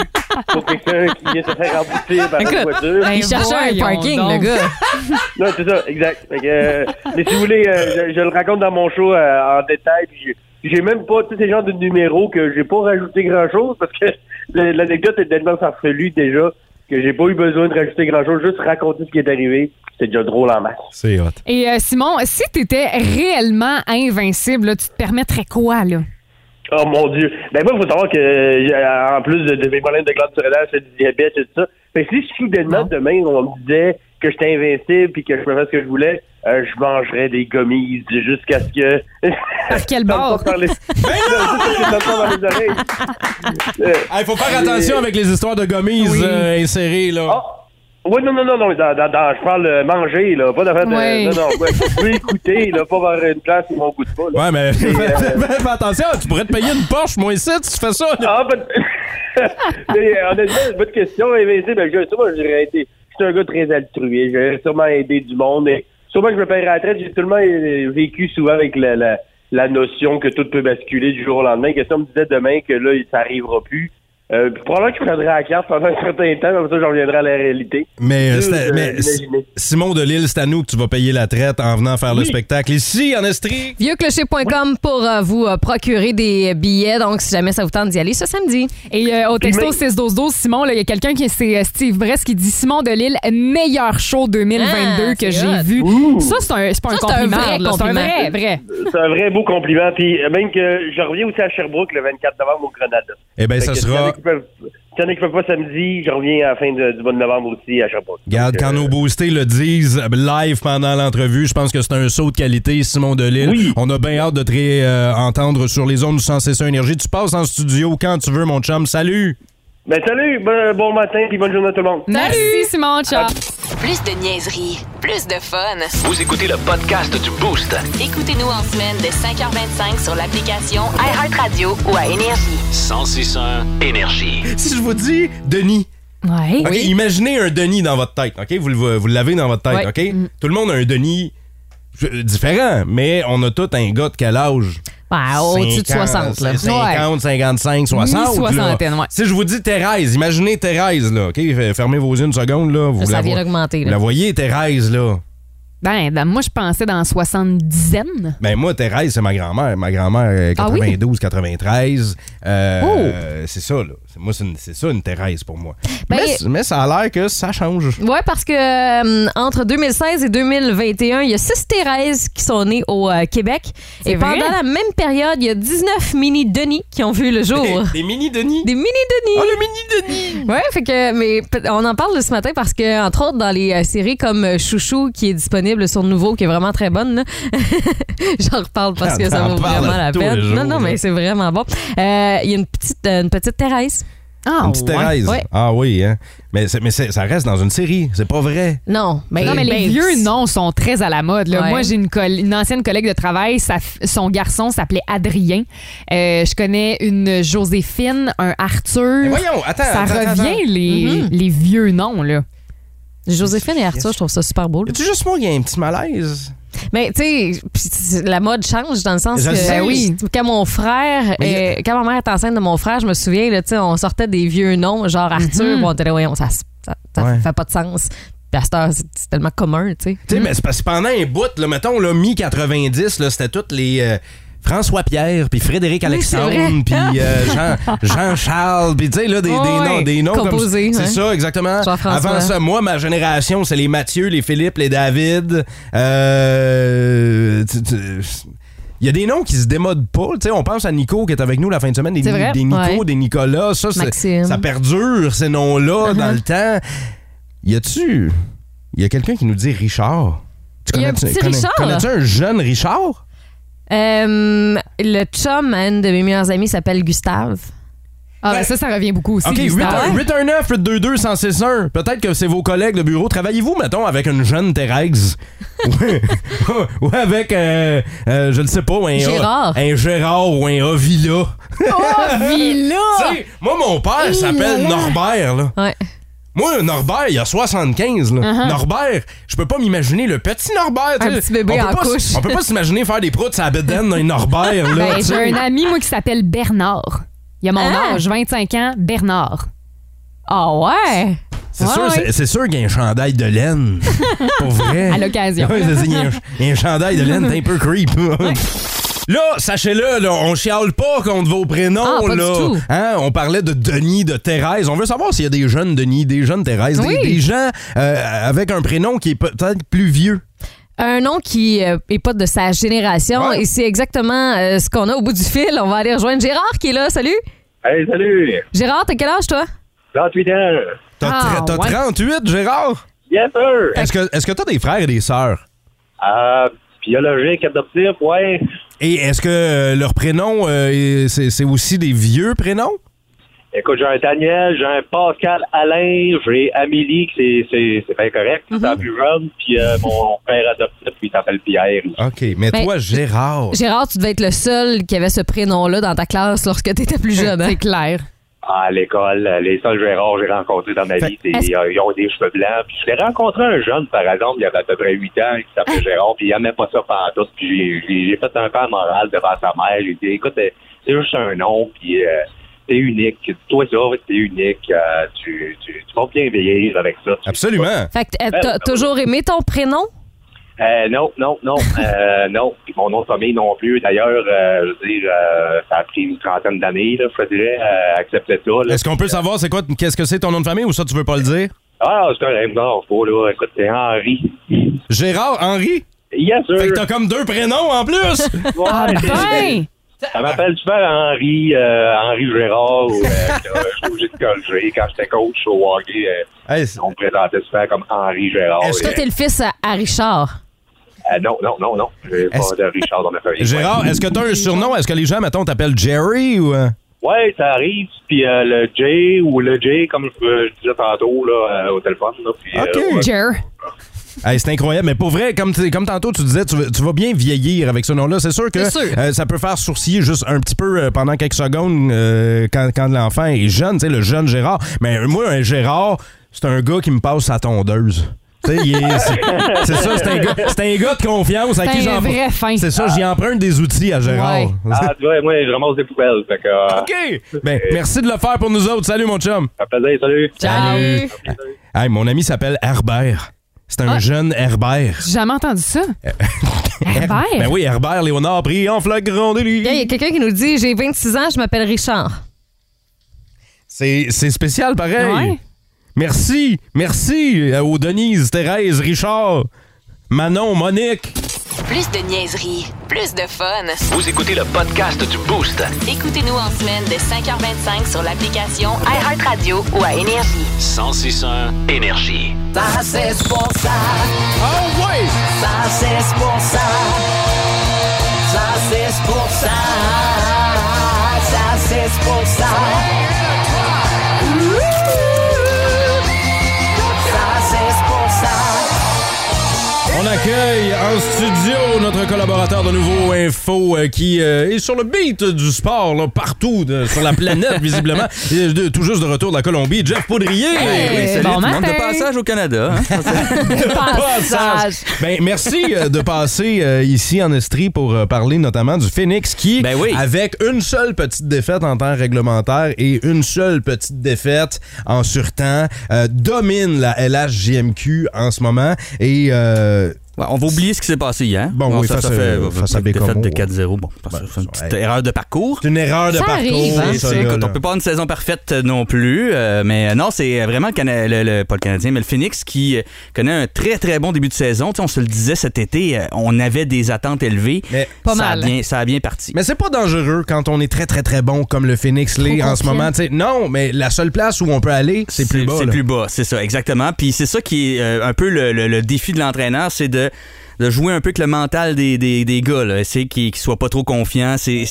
Speaker 5: pour quelqu'un qui vient de se faire emboutir par une
Speaker 7: Écoute,
Speaker 5: voiture.
Speaker 8: ben,
Speaker 7: Il cherchait un
Speaker 8: voyons
Speaker 7: parking,
Speaker 8: donc.
Speaker 7: le gars.
Speaker 5: Non, c'est ça, exact. Fait que, euh, mais si vous voulez, euh, je, je le raconte dans mon show euh, en détail. puis j'ai- j'ai même pas tous ces genres de numéros que j'ai pas rajouté grand chose parce que le- l'anecdote est tellement farfelue déjà que j'ai pas eu besoin de rajouter grand-chose, juste raconter ce qui est arrivé. C'était déjà drôle en masse.
Speaker 6: C'est hot.
Speaker 8: Et euh, Simon, si t'étais réellement invincible, là, tu te permettrais quoi, là?
Speaker 5: Oh mon Dieu. Ben moi, il faut savoir que euh, en plus de, de mes problèmes de glande surrénale, j'ai du diabète et tout ça. Fait que si soudainement demain on me disait que j'étais invincible puis que je pouvais faire ce que je voulais, euh, je mangerais des gommises jusqu'à ce que
Speaker 8: Par quel
Speaker 5: bord? les... Il
Speaker 6: faut faire attention avec les histoires de gommises euh, insérées, là.
Speaker 5: Ah! Oui, non, non, non, non, dans, dans- dans- je parle euh, manger, là, pas d'affaire de...
Speaker 6: Oui.
Speaker 5: Non, non, ouais, je peux écouter, là, pas vers une place où on goûte pas, là.
Speaker 6: Ouais, mais
Speaker 5: Et, euh,
Speaker 6: fais attention, tu pourrais te payer une Porsche, moi ici, tu fais ça.
Speaker 5: Ah, ben... Mais, euh, honnêtement, c'est une bonne question, invincible. Ben, je, sûrement, j'aurais été... Je suis un gars très altruiste, j'aurais sûrement aidé du monde. Et sûrement que je me paierais à la traite, j'ai tellement euh, vécu souvent avec la, la, la notion que tout peut basculer du jour au lendemain, que si on me disait demain que là, ça arrivera plus, euh, puis probablement que je prendrais la carte pendant un certain temps, comme ça, je reviendrai à la réalité.
Speaker 6: Mais, euh,
Speaker 5: Juste, euh,
Speaker 6: c'était- mais
Speaker 5: imaginer.
Speaker 6: Simon Delille, c'est à nous que tu vas payer la traite en venant faire le
Speaker 7: Oui.
Speaker 6: spectacle ici, en Estrie.
Speaker 7: Vieuxclocher.com pour euh, vous euh, procurer des billets. Donc, si jamais ça vous tente d'y aller ce samedi.
Speaker 8: Et euh, au texto 6-12-12, Simon, là, il y a quelqu'un qui c'est euh, Steve Bress qui dit Simon Delille, meilleur show 2022
Speaker 7: Ah,
Speaker 8: que
Speaker 7: c'est
Speaker 8: j'ai
Speaker 7: hot.
Speaker 8: vu.
Speaker 5: Ouh.
Speaker 8: Ça, c'est un, c'est pas un
Speaker 7: Ça, c'est un
Speaker 8: compliment.
Speaker 7: vrai
Speaker 8: là, C'est un
Speaker 7: compliment.
Speaker 8: vrai, vrai.
Speaker 5: C'est un vrai beau compliment. Puis euh, même que je reviens aussi à Sherbrooke le 24 novembre au Grenada.
Speaker 6: Eh ben,
Speaker 5: Fait
Speaker 6: ça
Speaker 5: que s'il
Speaker 6: sera-
Speaker 5: y en a qui peuvent- S'il y en a qui peuvent pas samedi, je reviens à la fin de- du mois de novembre aussi à Sherbrooke.
Speaker 6: Regarde, quand nos boostés le disent euh, live pendant l'entrevue, je pense que c'est un saut de qualité, Simon Delille. On a bien hâte de te ré- euh, entendre sur les ondes du 161 Énergie. Tu passes en studio quand tu veux, mon chum. Salut!
Speaker 5: Ben salut, bon, bon matin puis bonne journée à tout le monde.
Speaker 8: Merci, Simon. Ciao.
Speaker 1: Plus de niaiserie, plus de fun.
Speaker 2: Vous écoutez le podcast du Boost.
Speaker 1: Écoutez-nous en semaine de 5h25 sur l'application iHeartRadio ou à Énergie.
Speaker 2: 1061 Énergie.
Speaker 6: Si je vous dis Denis.
Speaker 7: Ouais.
Speaker 6: OK, imaginez un Denis dans votre tête, OK? Vous, le- vous l'avez dans votre tête,
Speaker 7: Ouais. Mm.
Speaker 6: OK? Tout le monde a un Denis euh, différent, mais on a tout un gars de quel âge?
Speaker 7: Ouais, au-dessus de
Speaker 6: 50,
Speaker 7: 60, là.
Speaker 6: 50, 55, 60. là.
Speaker 7: Mi-soixantaine, ouais.
Speaker 6: Si je vous dis Thérèse, imaginez Thérèse, là, OK? F- Fermez vos yeux une seconde, là. Vous
Speaker 7: Ça
Speaker 6: la
Speaker 7: vient
Speaker 6: vo-
Speaker 7: d'augmenter, là.
Speaker 6: Vous la voyez, Thérèse, là?
Speaker 8: Ben, ben, moi, je pensais dans 70e.
Speaker 6: Ben moi, Thérèse, c'est ma grand-mère. Ma grand-mère, euh,
Speaker 8: Ah oui? Oh!
Speaker 6: 92, 93. Euh, C'est ça, là. C'est- Moi, c'est une- c'est ça, une Thérèse pour moi.
Speaker 7: Ben,
Speaker 6: mais, c- mais ça a l'air que ça change.
Speaker 7: Oui, parce que euh, entre 2016 et 2021, il y a 6 Thérèse qui sont nées au euh, Québec. Et
Speaker 8: vrai?
Speaker 7: pendant la même période, il y a 19 mini-Denis qui ont vu le jour.
Speaker 6: Des mini-Denis?
Speaker 7: Des mini-Denis.
Speaker 6: Oh, le mini-Denis!
Speaker 7: Ouais, fait que, mais p- on en parle ce matin parce que, entre autres, dans les euh, séries comme euh, Chouchou, qui est disponible sur Nouveau, qui est vraiment très bonne, là. j'en reparle parce que ça
Speaker 6: T'en
Speaker 7: vaut
Speaker 6: parles
Speaker 7: vraiment la
Speaker 6: tous les
Speaker 7: peine.
Speaker 6: jours,
Speaker 7: non, non, mais c'est vraiment bon. Euh, Il y a une petite, euh, une petite Thérèse.
Speaker 8: Ah,
Speaker 6: Une petite
Speaker 8: ouais.
Speaker 6: Thérèse.
Speaker 7: Ouais.
Speaker 6: Ah oui, hein? Mais, c'est- mais c'est- ça reste dans une série. C'est pas vrai.
Speaker 7: Non, mais,
Speaker 8: non, mais les
Speaker 7: ben,
Speaker 8: vieux noms sont très à la mode. là.
Speaker 7: Ouais.
Speaker 8: Moi, j'ai une, coll- une ancienne collègue de travail, sa f- son garçon s'appelait Adrien. Euh, je connais une Joséphine, un
Speaker 6: Mais
Speaker 8: Arthur.
Speaker 6: voyons, attends.
Speaker 8: ça
Speaker 6: attends,
Speaker 8: revient,
Speaker 6: attends.
Speaker 8: Les, les vieux noms. là.
Speaker 7: Mm-hmm. Joséphine et Arthur, je trouve ça super beau. là.
Speaker 6: Y a juste moi qui ai un petit malaise?
Speaker 7: Mais tu sais, pis c'est- la mode change dans le sens
Speaker 6: Je
Speaker 7: que ben
Speaker 6: sais.
Speaker 8: oui.
Speaker 7: quand mon frère,
Speaker 6: Mais-
Speaker 7: euh, quand ma mère était enceinte de mon frère, je me souviens là, tu sais, on sortait des vieux noms genre Arthur, bon, on était là, voyons, ça, se- ça, ça
Speaker 6: Mm-hmm. Ouais.
Speaker 7: fait pas de sens. Puis à cette heure, c'est c'est tellement commun, tu sais.
Speaker 8: Hmm.
Speaker 6: Tu sais, mais c'est parce que pendant un bout, là, mettons, là, mi-90, là, c'était toutes les. euh, François Pierre, puis Frédéric Alexandre, puis euh, Jean, Jean-Charles, puis tu sais, là, des, des noms,
Speaker 7: Oh, Ouais,
Speaker 6: des noms comme-
Speaker 7: composés,
Speaker 6: C'est
Speaker 7: ouais.
Speaker 6: ça, exactement.
Speaker 7: Jean-François.
Speaker 6: Avant ça, moi, ma génération, c'est les Mathieu, les Philippe, les David. Euh, tu- tu- Il y a des noms qui se démodent pas. Tu sais, on pense à Nico qui est avec nous la fin de semaine, des,
Speaker 7: C'est vrai,
Speaker 6: des Nico,
Speaker 7: ouais.
Speaker 6: des Nicolas. Ça, c'est-
Speaker 7: Maxime. Uh-huh.
Speaker 6: ça perdure, ces noms-là, dans le temps. Y a-tu. Y a quelqu'un qui nous dit Richard? Tu
Speaker 7: Y a un
Speaker 6: connais-tu-
Speaker 7: petit
Speaker 6: connais-
Speaker 7: Richard.
Speaker 6: Connais-tu un jeune Richard?
Speaker 7: Euh, le chum, à une de mes meilleures amies s'appelle Gustave.
Speaker 8: Ah, ben, ça, ça revient beaucoup aussi.
Speaker 6: OK,
Speaker 8: Gustave.
Speaker 6: 819 822 161 Peut-être que c'est vos collègues de bureau. Travaillez-vous, mettons, avec une jeune Thérèse? ou, ou avec, euh, euh, je ne sais pas, un,
Speaker 7: Gérard.
Speaker 6: un Gérard ou un Avila.
Speaker 8: Oh, Villa!
Speaker 6: Tu sais, moi, mon père s'appelle Norbert. Là.
Speaker 7: Ouais.
Speaker 6: Moi, Norbert, il a 75. Là.
Speaker 8: Uh-huh.
Speaker 6: Norbert, je peux pas m'imaginer le petit Norbert. tu
Speaker 7: Un
Speaker 6: sais.
Speaker 7: petit bébé
Speaker 6: on peut
Speaker 7: en
Speaker 6: pas s-
Speaker 7: couche.
Speaker 6: On peut pas s'imaginer faire des proutes à bedaine d'un Norbert. Là,
Speaker 8: Ben,
Speaker 6: tu
Speaker 8: j'ai
Speaker 6: sais.
Speaker 8: un ami, moi, qui s'appelle Bernard. Il a mon
Speaker 7: Ah!
Speaker 8: âge, 25 ans, Bernard.
Speaker 7: Ah ouais.
Speaker 6: C'est
Speaker 8: Ouais,
Speaker 6: sûr,
Speaker 8: ouais.
Speaker 6: c'est- c'est sûr qu'il y a un chandail de laine. Pour vrai.
Speaker 8: À l'occasion.
Speaker 6: Ah Ouais, c'est- c'est- il y a un ch- il y a un chandail de laine, t'es un peu creep. Là, sachez-le, là, on chiale pas contre vos prénoms.
Speaker 7: Ah, pas du
Speaker 6: là.
Speaker 7: tout.
Speaker 6: Hein, on parlait de Denis, de Thérèse. On veut savoir s'il y a des jeunes Denis, des jeunes Thérèse, des-
Speaker 7: Oui.
Speaker 6: des, gens euh, avec un prénom qui est peut-être plus vieux.
Speaker 7: Un nom qui euh, est pas de sa génération et c'est exactement euh, ce qu'on a au bout du fil. On va aller rejoindre Gérard qui est là. Salut!
Speaker 3: Hey, salut!
Speaker 7: Gérard, t'as quel âge toi?
Speaker 3: 38 ans!
Speaker 6: T'as
Speaker 7: Ah,
Speaker 6: tre- t'as
Speaker 7: ouais.
Speaker 6: 38, Gérard?
Speaker 3: Yes, sir!
Speaker 6: Est-ce que est-ce que t'as des frères et des sœurs?
Speaker 3: Euh, biologique, adoptif, ouais.
Speaker 6: Et est-ce que euh, leur prénom, euh, est- c'est c'est aussi des vieux prénoms?
Speaker 3: Écoute, j'ai un Daniel, j'ai un Pascal Alain, j'ai Amélie, qui c'est- c'est c'est bien correct, c'est la plus jeune, puis euh, mon père adoptif, lui, il s'appelle Pierre.
Speaker 6: OK, mais
Speaker 7: Ben,
Speaker 6: toi,
Speaker 12: Oh.
Speaker 6: Gérard.
Speaker 7: Gérard, tu devais être le seul qui avait ce prénom-là dans ta classe lorsque t'étais plus jeune. hein? C'est clair.
Speaker 3: À l'école, euh, les seuls Gérards que j'ai rencontrés dans ma vie, c'est,
Speaker 7: est-ce-
Speaker 3: euh, ils ont des cheveux blancs. Puis je l'ai rencontré un jeune, par exemple, il y avait à peu près 8 ans, qui s'appelait Gérard, puis il n'aimait pas ça pantoute. Puis j'ai- j'ai, j'ai fait un peu moral devant sa mère. J'ai dit, écoute, euh, c'est juste un nom, puis euh, t'es unique. Toi, ça, t'es unique. euh, tu, tu, tu vas bien vieillir avec ça. Tu-
Speaker 6: Absolument.
Speaker 7: Fait que euh, t'as toujours aimé ton prénom?
Speaker 3: Euh, non, non, non, euh, non. Puis mon nom de famille non plus. D'ailleurs, euh, je veux dire, euh, ça a pris une trentaine d'années, là, je te dirais, euh, accepter ça. là.
Speaker 6: Est-ce qu'on peut savoir c'est quoi qu'est-ce que c'est ton nom de famille ou ça tu veux pas le dire?
Speaker 3: Ah, c'est correct, non, c'est pas, là. Écoute, c'est Henri.
Speaker 6: Gérard, hein? Henri?
Speaker 3: Yes, sir.
Speaker 6: Fait que t'as comme deux prénoms en plus!
Speaker 3: Ouais, Ça m'appelle souvent Henri, euh, Henri Gérard. ou, euh, là, je suis obligé de corriger. Quand j'étais coach au hockey, euh,
Speaker 6: Hey, c'est-
Speaker 3: on me présentait souvent comme Henri Gérard.
Speaker 7: Toi,
Speaker 3: Et,
Speaker 7: t'es le fils à, à Richard.
Speaker 3: euh, non, non, non, non. J'ai pas
Speaker 6: Est-ce-
Speaker 3: de Richard dans ma famille.
Speaker 6: Gérard, est-ce que t'as un surnom? Est-ce que les gens, mettons, t'appellent Jerry ou. euh?
Speaker 3: Ouais, ça arrive. Puis euh, le J ou le J, comme je, euh, je disais tantôt là, euh, au téléphone. Là, puis,
Speaker 6: OK.
Speaker 3: euh, ouais.
Speaker 7: Jer.
Speaker 6: Hey, c'est incroyable, mais pour vrai, comme, t'es- comme tantôt tu disais, tu, vas- tu vas bien vieillir avec ce nom-là. C'est sûr que
Speaker 7: C'est sûr.
Speaker 6: euh, ça peut faire sourciller juste un petit peu euh, pendant quelques secondes euh, quand, quand l'enfant est jeune, tu sais, le jeune Gérard. Mais euh, moi, un Gérard, c'est un gars qui me passe sa tondeuse. Tu sais, il est- C'est c'est ça, c'est un, gars- c'est un gars de confiance à
Speaker 8: C'est
Speaker 6: qui
Speaker 8: un
Speaker 6: j'en
Speaker 8: vrai fin.
Speaker 6: C'est ça, j'y emprunte des outils à Gérard.
Speaker 8: Ouais.
Speaker 3: Ah, tu vois, moi, je ramasse des poubelles. Fait que, euh,
Speaker 6: OK! Ben, merci de le faire pour nous autres. Salut, mon chum.
Speaker 3: ça fait plaisir, salut.
Speaker 7: Salut.
Speaker 6: Hey, mon ami s'appelle Herbert. C'est
Speaker 8: Ah.
Speaker 6: un jeune Herbert.
Speaker 8: J'ai jamais entendu ça.
Speaker 6: Euh,
Speaker 8: Herbert?
Speaker 6: Ben oui, Herbert Léonard pris en flagrant délit.
Speaker 7: Il y a quelqu'un qui nous dit J'ai 26 ans, je m'appelle Richard.
Speaker 6: C'est c'est spécial, pareil.
Speaker 8: Ouais.
Speaker 6: Merci, merci euh, aux Denise, Thérèse, Richard, Manon, Monique.
Speaker 1: Plus de niaiserie, plus de fun.
Speaker 2: Vous écoutez le podcast du Boost.
Speaker 1: Écoutez-nous en semaine de 5h25 sur l'application iHeartRadio ou à Énergie.
Speaker 2: 1061 Énergie.
Speaker 6: Oh ouais! On accueille en studio notre collaborateur de Nouveau Info euh, qui euh, est sur le beat du sport là, partout de- sur la planète visiblement. Il est de- tout juste de retour de la Colombie, Jeff Poudrier.
Speaker 8: Hey,
Speaker 12: Salut
Speaker 8: bon
Speaker 12: tout le monde
Speaker 8: matin.
Speaker 12: de passage au Canada. hein.
Speaker 6: Passage. Ben, merci euh, de passer euh, ici en Estrie pour euh, parler notamment du Phoenix qui,
Speaker 12: Ben oui.
Speaker 6: avec une seule petite défaite en temps réglementaire et une seule petite défaite en surtemps, euh, domine la LHJMQ en ce moment. Et euh,
Speaker 12: Ouais, on va oublier ce qui s'est passé hier.
Speaker 6: Bon, oui, face
Speaker 12: ça
Speaker 6: à-
Speaker 12: fait
Speaker 6: face à
Speaker 12: une défaite
Speaker 6: Bécomo.
Speaker 12: de 4-0. Bon, parce que
Speaker 6: Ben,
Speaker 12: c'est une
Speaker 6: ça,
Speaker 12: petite
Speaker 6: hey.
Speaker 12: erreur de parcours.
Speaker 6: c'est une erreur de
Speaker 7: Ça
Speaker 6: parcours.
Speaker 7: arrive, hein.
Speaker 6: ça,
Speaker 12: C'est-
Speaker 6: là,
Speaker 12: écoute,
Speaker 6: là.
Speaker 12: on peut pas avoir une saison parfaite euh, non plus, euh, mais euh, non, c'est euh, vraiment le, Cana- le- le- pas le Canadien, mais le Phoenix qui euh, connaît un très très bon début de saison. Tu sais, on se le disait cet été, euh, on avait des attentes élevées.
Speaker 6: Mais-
Speaker 7: Pas
Speaker 12: ça
Speaker 7: mal.
Speaker 12: A bien, ça a bien parti.
Speaker 6: Mais c'est pas dangereux quand on est très très très bon comme le Phoenix l'est en ce
Speaker 7: confiant.
Speaker 6: moment. Tu sais, non, mais la seule place où on peut aller, c'est plus bas.
Speaker 12: C'est
Speaker 6: là.
Speaker 12: plus bas, c'est ça, exactement. Puis c'est ça qui est euh, un peu le, le- le défi de l'entraîneur, c'est de de jouer un peu avec le mental des, des, des gars, là. essayer qu'ils qu'ils soient pas trop confiants. C'est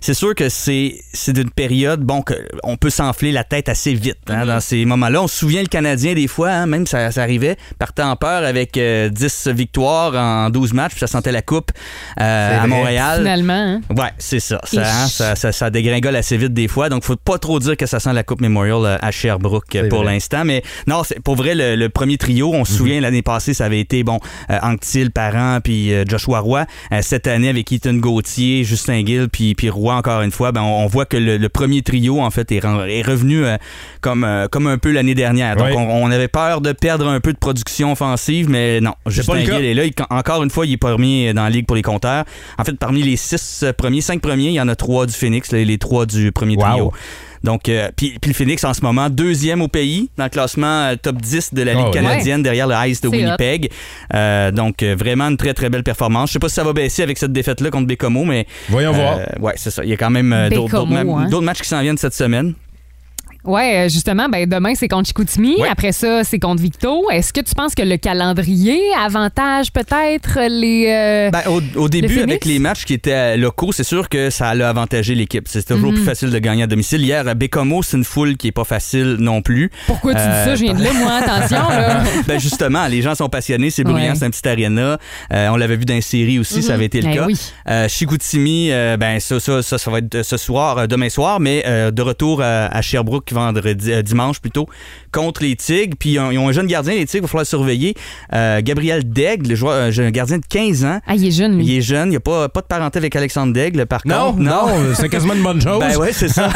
Speaker 12: c'est sûr que c'est c'est d'une période, bon, que on peut s'enfler la tête assez vite hein,
Speaker 6: Mm-hmm.
Speaker 12: dans ces moments-là. On se souvient le Canadien des fois, hein, même ça, ça arrivait, partait en peur avec euh, 10 victoires en 12 matchs, puis ça sentait la coupe euh,
Speaker 6: C'est
Speaker 12: à
Speaker 6: vrai.
Speaker 12: Montréal.
Speaker 8: Finalement, hein?
Speaker 12: Ouais, c'est ça. Ça, hein, ça, ça- ça dégringole assez vite des fois. Donc, faut pas trop dire que ça sent la Coupe Memorial euh, à Sherbrooke euh,
Speaker 6: C'est
Speaker 12: pour
Speaker 6: vrai. Mhm.
Speaker 12: l'instant. Mais non, c'est pour vrai, le, le premier trio, on se souvient l'année passée, ça avait été, bon, euh, Anctil par Parent puis euh, Joshua Roy. Euh, cette année, avec Ethan Gauthier, Justin Gill puis, puis Roy encore une fois, ben, on, on voit que le, le premier trio, en fait, est, ren- est revenu euh, comme, euh, comme un peu l'année dernière. Donc,
Speaker 6: Ouais.
Speaker 12: on, on avait peur de perdre un peu de production offensive, mais non. Justin
Speaker 6: pas le cas.
Speaker 12: Gill est là. Il- encore une fois, il est premier dans la Ligue pour les compteurs. En fait, parmi les six euh, premiers, cinq premiers, il y en a trois du Phoenix, les, les trois du premier trio. Donc, euh, puis, puis le Phoenix en ce moment, deuxième au pays dans le classement euh, top 10 de la Ligue
Speaker 13: ouais.
Speaker 12: canadienne derrière le Ice de
Speaker 13: C'est hot.
Speaker 12: Winnipeg. Euh, donc, euh, vraiment une très, très belle performance. Je sais pas si ça va baisser avec cette défaite-là contre Bécomo, mais.
Speaker 6: Voyons
Speaker 12: voir. Ouais, c'est ça. Il y a quand même euh, d'autres
Speaker 8: Bécomo,
Speaker 12: d'autres ma-
Speaker 8: hein.
Speaker 12: d'autres matchs qui s'en viennent cette semaine.
Speaker 8: Ouais, euh, justement, ben demain c'est contre Chicoutimi,
Speaker 12: Ouais.
Speaker 8: après ça c'est contre Victo. Est-ce que tu penses que le calendrier avantage peut-être les euh,
Speaker 12: Ben, au, au début,
Speaker 8: Phoenix?
Speaker 12: avec les matchs qui étaient euh, locaux, c'est sûr que ça a avantagé l'équipe. C'est toujours
Speaker 8: Mhm.
Speaker 12: plus facile de gagner à domicile. Hier, à Bécomo, c'est une foule qui est pas facile non plus.
Speaker 8: Pourquoi tu dis ça? Je viens de là, moi, attention, là.
Speaker 12: ben justement, les gens sont passionnés, c'est bruyant,
Speaker 8: Ouais.
Speaker 12: c'est un petit arena. Euh, on l'avait vu dans les séries aussi,
Speaker 8: Mhm.
Speaker 12: ça avait été le
Speaker 8: Ben
Speaker 12: cas.
Speaker 8: oui.
Speaker 12: Euh, Chicoutimi, euh, ben ça, ça, ça, ça va être ce soir, euh, demain soir, mais euh, de retour à, à Sherbrooke vendredi, euh, dimanche plutôt, contre les Tigres. Puis ils ont, ils ont un jeune gardien, les Tigres, il va falloir le surveiller. Euh, Gabriel Daigle, le joueur, euh, un jeune gardien de 15 ans.
Speaker 8: Ah, il est jeune, lui.
Speaker 12: Il est jeune, il n'y a pas, pas de parenté avec Alexandre Daigle, par
Speaker 6: Non,
Speaker 12: contre.
Speaker 6: non, c'est quasiment une bonne chose.
Speaker 12: Ben ouais, c'est ça.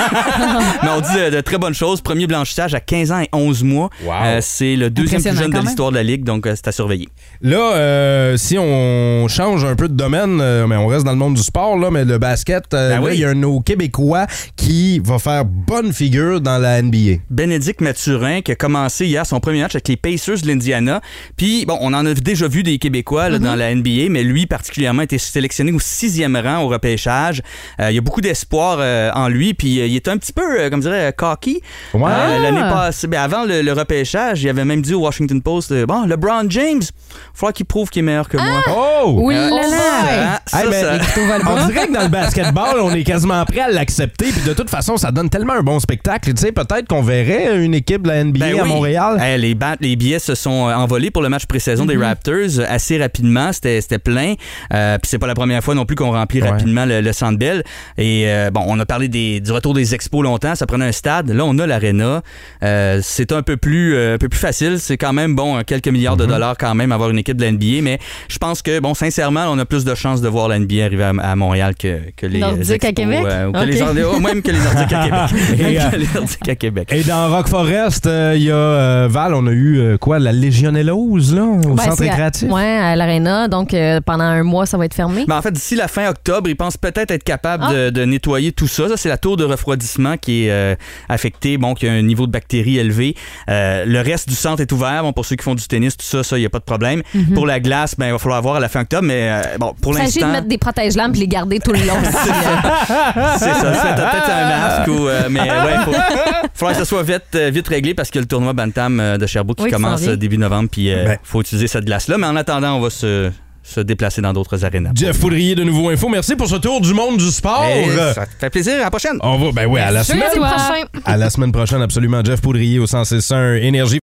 Speaker 12: Mais on dit euh, de, de très bonnes choses. Premier blanchissage à 15 ans et 11 mois. Euh, c'est le deuxième plus
Speaker 6: Impressionnant
Speaker 12: jeune de
Speaker 6: quand même.
Speaker 12: l'histoire de la Ligue, donc euh, c'est à surveiller.
Speaker 6: Là, euh, si on change un peu de domaine, euh, mais on reste dans le monde du sport, là, mais le basket, euh,
Speaker 12: Ben
Speaker 6: là,
Speaker 12: oui.
Speaker 6: il y a un de nos Québécois qui va faire bonne figure dans la NBA.
Speaker 12: Bénédicte Mathurin qui a commencé hier son premier match avec les Pacers de l'Indiana. Puis, bon, on en a déjà vu des Québécois là, dans
Speaker 6: Mhm.
Speaker 12: la NBA, mais lui particulièrement a été sélectionné au sixième rang au repêchage. Euh, il y a beaucoup d'espoir euh, en lui, puis euh, il est un petit peu, euh, comme je dirais, euh, cocky.
Speaker 6: Ouais. Ah!
Speaker 12: Euh, L'année passée, ben, avant le, le repêchage, il avait même dit au Washington Post, euh, bon, LeBron James, il faut qu'il prouve qu'il est meilleur que moi.
Speaker 6: Oh!
Speaker 12: Euh, ça, ça,
Speaker 6: Hey, ben,
Speaker 12: ça-
Speaker 6: on dirait que dans le basketball, on est quasiment prêt à l'accepter. Puis de toute façon, ça donne tellement un bon spectacle. Tu sais, peut-être qu'on verrait une équipe de la NBA
Speaker 12: Ben
Speaker 6: à
Speaker 12: oui.
Speaker 6: Montréal. Mm-hmm.
Speaker 12: Eh, les, ba- les billets se sont euh, envolés pour le match pré-saison des Raptors euh, assez rapidement. C'était c'était plein. Euh, Puis c'est pas la première fois non plus qu'on remplit rapidement le, le Centre Bell. Et euh, bon, on a parlé des- du retour des expos longtemps. Ça prenait un stade. Là, on a l'arena. Euh, c'est un peu plus euh, un peu plus facile. C'est quand même bon quelques milliards
Speaker 6: Mm-hmm.
Speaker 12: de dollars quand même avoir une équipe de la NBA. Mais je pense que bon, sincèrement, on a plus de chances de voir la NBA arriver à, à Montréal que, que les
Speaker 7: Nordiques à
Speaker 12: expos,
Speaker 7: Québec?
Speaker 12: euh, ou que
Speaker 7: Ok.
Speaker 12: les Nordiques- ou même que les Nordiques à Québec.
Speaker 6: Et,
Speaker 12: Même que
Speaker 6: euh,
Speaker 12: les Nordiques à Québec.
Speaker 6: Et dans Rock Forest, euh, il y a euh, Val, on a eu euh, quoi, la légionellose là, au
Speaker 7: Ben,
Speaker 6: centre
Speaker 7: c'est à-
Speaker 6: créatif.
Speaker 7: Ouais, à l'aréna. Donc, euh, pendant un mois, ça va être fermé.
Speaker 12: Ben, en fait, d'ici la fin octobre, ils pensent peut-être être capables
Speaker 7: Ah.
Speaker 12: de, de nettoyer tout ça. Ça, c'est la tour de refroidissement qui est euh, affectée, bon, qui a un niveau de bactéries élevé. Euh, le reste du centre est ouvert. Bon, pour ceux qui font du tennis, tout ça, ça, il n'y a pas de problème.
Speaker 7: Mhm.
Speaker 12: Pour la glace, ben, il va falloir voir à la fin octobre, mais euh, bon, pour
Speaker 7: Sachez de
Speaker 12: l'instant.
Speaker 7: mettre des protège-lames et les garder tout le long.
Speaker 12: C'est ça,
Speaker 6: Ah,
Speaker 12: ça, t'as peut-être un masque ou. euh, mais ouais, faut, faudrait que ça soit vite, euh, vite réglé parce que le tournoi Bantam euh, de Sherbrooke qui
Speaker 7: Oui, qui s'en
Speaker 12: commence
Speaker 7: vient.
Speaker 12: euh, début novembre, puis euh,
Speaker 6: Ben.
Speaker 12: faut utiliser cette glace-là. Mais en attendant, on va se, se déplacer dans d'autres arénas.
Speaker 6: Jeff Poudrier de Nouveau Info, merci pour ce tour du monde du sport.
Speaker 12: Eh, ça fait plaisir, à la prochaine.
Speaker 6: On va, ben ouais, à la
Speaker 12: Merci,
Speaker 6: semaine
Speaker 12: à la semaine prochaine.
Speaker 6: À la semaine prochaine, absolument. Jeff Poudrier au 106.1 Énergie.